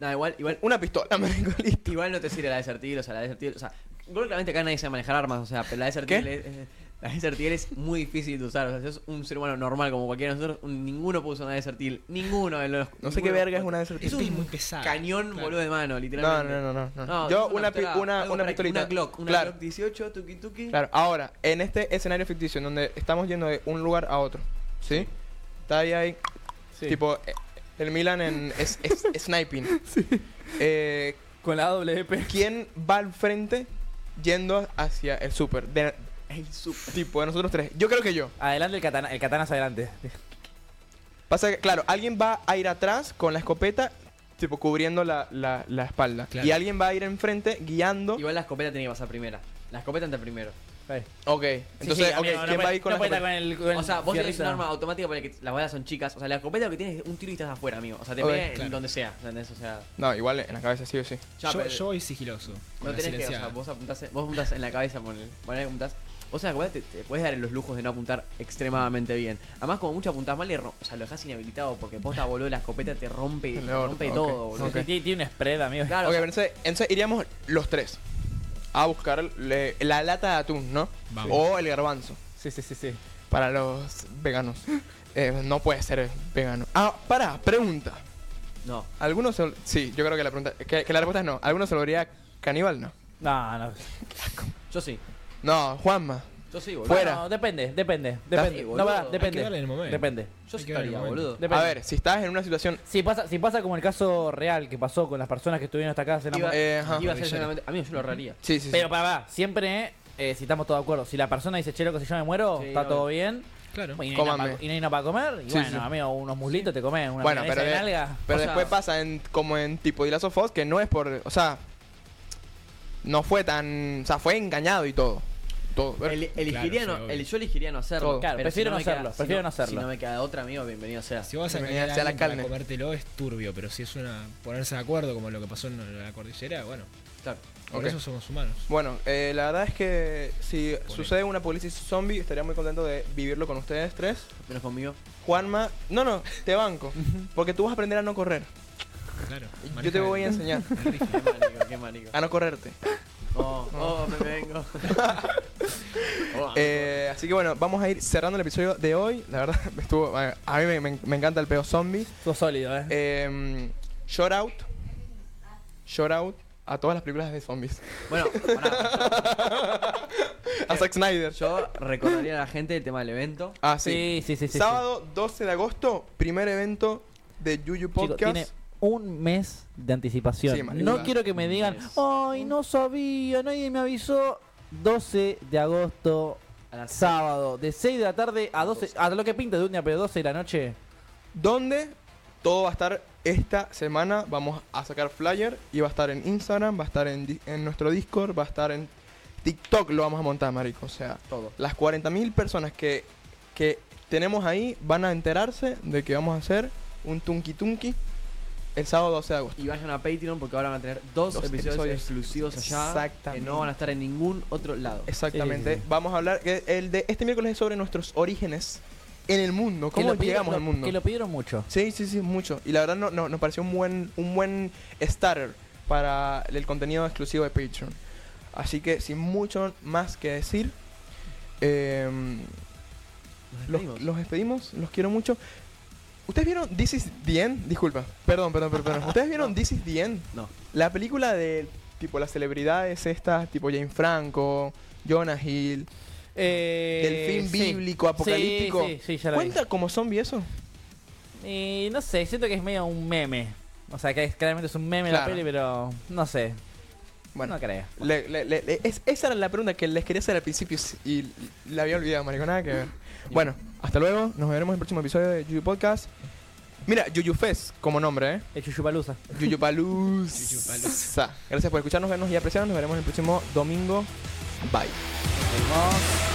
C: Nada, igual, igual,
A: una pistola, (laughs) marico, listo.
C: igual no te sirve la Desert Eagle, o sea, la Desert Eagle, o sea, igual claramente acá nadie sabe manejar armas, o sea, pero la Desert
A: ¿Qué?
C: Eagle es, eh, la Desert Eagle es muy difícil de usar, o sea, si es un ser humano normal como cualquiera de nosotros, un- ninguno puede usar una Desert Eagle, ninguno de los...
A: No sé qué
C: ninguno-
A: verga es una de esas
D: Es
A: pistolas.
D: un muy pesado.
C: Cañón,
D: Claro.
C: boludo de mano,
A: No,
C: literalmente.
A: no, no, no. no.
C: No,
A: yo
C: es
A: una, pi-
C: pistola,
A: una,
C: algo
A: una
C: para-
A: pistolita.
C: Una Glock, una
A: claro,
C: Glock 18, tuki tuki.
A: claro. Ahora, en este escenario ficticio, en donde estamos yendo de un lugar a otro, ¿sí? Está ahí, ahí,
B: Sí.
A: tipo, eh, el Milan en es, es- sniping. Eh,
B: Con la AWP.
A: ¿Quién va al frente yendo hacia el super? De-
C: El super.
A: tipo, de nosotros tres. Yo creo que yo.
B: Adelante el katana. El katana es adelante.
A: Pasa que, claro, alguien va a ir atrás con la escopeta, tipo cubriendo la, la- la espalda.
D: Claro.
A: Y alguien va a ir enfrente guiando.
C: Igual la escopeta tenía que pasar primera. La escopeta anda primero.
B: Ahí.
A: Ok, entonces,
B: Sí, sí,
A: ok,
B: amigo, no
A: ¿quién
B: puede-
A: va a ir con
B: no
A: la
B: puede
A: escopeta?
B: estar con el, con
C: O sea, vos tenés
B: fierrito,
C: un
B: no.
C: arma automática para que las balas son chicas. O sea, la escopeta lo que tienes es un tiro y estás afuera, amigo. O sea, te
A: Ok,
C: pega en
D: claro.
C: donde sea. ¿entendés? O sea,
A: No, igual en la cabeza sí o sí.
C: ya,
D: Yo,
C: pero
D: yo voy sigiloso.
C: no
D: con
C: tenés
D: la
C: que. O
D: silenciada.
C: sea, vos apuntás, vos apuntás en la cabeza, ponele. Ponele que apuntás. O sea, te, te puedes dar los lujos de no apuntar extremadamente bien. Además, como mucho apuntás mal, le rom- o sea, lo dejás inhabilitado porque posta, boludo, la escopeta te rompe,
A: (laughs) El
C: te
A: orto,
C: rompe
A: ok.
C: todo, boludo.
A: Ok.
B: Sí, Tiene, tiene un spread, amigo.
A: ok,
C: Claro, o sea,
A: pero entonces, entonces iríamos los tres a buscar le- la lata de atún, ¿no?
D: Vamos.
A: O el garbanzo,
B: Sí, sí, sí, sí.
A: para los
B: (laughs)
A: veganos. Eh, no puede ser vegano. Ah, para, pregunta.
C: no.
A: ¿Alguno se... Sí, yo creo que la pregunta... Que, que la respuesta es no. ¿Alguno se volvería caníbal? No.
B: No, no.
C: Yo sí.
A: No, Juanma.
C: Yo sí, boludo.
A: Fuera.
B: No, depende, depende, depende.
C: Sí, boludo.
B: no, pará,
C: Hay que
D: Hay que verlo en
B: depende.
D: el momento.
B: Depende.
C: Yo sí
D: Hay que ver el
C: estaría,
D: momento.
C: boludo.
B: Depende.
A: A ver, si estás en una situación...
B: Si pasa, si pasa como el caso real que pasó con las personas que estuvieron hasta acá, se
C: Iba,
B: enamoraron.
A: Eh, ajá.
C: iba a ser solamente. Amigo, yo lo haría.
A: Sí, sí, sí.
B: Pero para, para, siempre, eh, si estamos todos de acuerdo, si la persona dice, che, loco, si yo me muero,
C: Sí,
B: está
C: obvio.
B: todo bien.
D: Claro.
B: Y no, hay nada
A: Cómame.
B: pa- y no hay nada para comer. Y
A: Sí,
B: bueno,
A: sí.
B: amigo, unos muslitos te comes, una
A: bueno, pero,
B: milanesa de
A: de-
B: nalga.
A: pero
C: O sea-
A: después pasa en, como en tipo de Last of Us, que no es por... O sea, no fue tan... O sea, fue engañado y todo. Todo.
C: El- elegiría
D: Claro, sí,
C: no,
D: obvio.
C: el- yo elegiría no hacerlo.
A: Todo.
B: Claro, prefiero no
C: me queda-
B: hacerlo,
C: si
B: prefiero no
C: Si
B: hacerlo.
C: no me queda otra, amigo, bienvenido sea.
D: Si vas a
A: Bienvenida
D: engañar a
A: sea la
D: alguien para
A: carne.
D: comértelo es turbio, pero si es una ponerse de acuerdo como lo que pasó en la cordillera, bueno,
C: Claro.
D: por
A: Ok.
D: eso somos humanos.
A: Bueno, eh, la verdad es que si sucede una apocalipsis zombie, estaría muy contento de vivirlo con ustedes tres.
C: Menos
D: (laughs)
C: conmigo.
A: Juanma, no, no, te banco. Porque tú vas a aprender a no correr.
D: Claro.
A: Yo te
D: maneja
A: voy a
D: el-
A: enseñar
D: el rifle.
C: Qué manico, qué manico.
A: a no correrte.
C: Oh, oh, me
A: (laughs)
C: vengo. Oh,
A: Eh, así que bueno, vamos a ir cerrando el episodio de hoy. La verdad, (laughs) estuvo, a a mí me, me- me encanta el peo zombie.
B: Estuvo sólido, eh.
A: Eh, shout out. Shout out a todas las películas de zombies. (laughs)
C: bueno, pará,
A: A Zack Snyder.
C: yo recordaría a la gente el tema del evento.
A: Ah, sí.
B: sí, sí, sí, sí.
A: Sábado 12 de agosto, primer evento de Yuyu
B: sí. Chicos,
A: Podcast.
B: tiene un mes de anticipación.
A: Sí, marica.
B: no quiero que me
C: Un
B: digan,
C: mes.
B: ay, no sabía, nadie me avisó. 12 de agosto,
C: A las
B: sábado, de 6 de la tarde a 12, a lo que pinta de un día, pero 12 de la noche.
A: donde todo va a estar esta semana. Vamos a sacar flyer y va a estar en Instagram, va a estar en, di- en nuestro Discord, va a estar en TikTok. Lo vamos a montar, marico. O sea,
C: todo.
A: las 40.000 personas que, que tenemos ahí van a enterarse de que vamos a hacer un tunki tunki el sábado 12 de agosto.
C: Y vayan a Patreon porque ahora van a tener dos,
A: Dos
C: episodios,
A: episodios.
C: exclusivos allá.
A: Exactamente.
C: Que no van a estar en ningún otro lado.
A: Exactamente.
B: Sí, sí, sí.
A: Vamos a hablar. que El de este miércoles es sobre nuestros orígenes en el mundo.
B: Que
A: ¿Cómo
B: lo pidieron-
A: llegamos
B: lo-
A: al mundo?
B: Que lo pidieron mucho.
A: Sí, sí, sí, mucho. Y la verdad no, no- nos pareció un buen, un buen starter para el contenido exclusivo de Patreon. Así que sin mucho más que decir, em,
C: Nos
A: los,
C: despedimos.
A: los despedimos, los quiero mucho. ¿Ustedes vieron This is the End? Disculpa, perdón, perdón, perdón. perdón. ¿Ustedes vieron This is the End?
C: No.
A: La película de tipo las celebridades estas, tipo Jane Franco, Jonah Hill, del
B: Eh,
A: fin
B: sí.
A: bíblico, apocalíptico.
B: Sí, sí, sí, ya la vi.
A: ¿Cuenta como zombie eso?
B: Y no sé, siento que es medio un meme. O sea, que es- claramente es un meme la
A: Claro.
B: peli, pero no sé.
A: Bueno,
B: No creo.
A: Le- le- le- le- es- esa era la pregunta que les quería hacer al principio y- y la había olvidado, marico, nada que ver. Bueno, hasta luego, nos veremos en el próximo episodio de Yuyu Podcast. Mira, Yuyu Fest como nombre, ¿eh?
B: Es Chuchupalusa.
A: Yuyu Gracias por escucharnos, vernos y apreciarnos. Nos veremos el próximo domingo. Bye.
B: Nos vemos.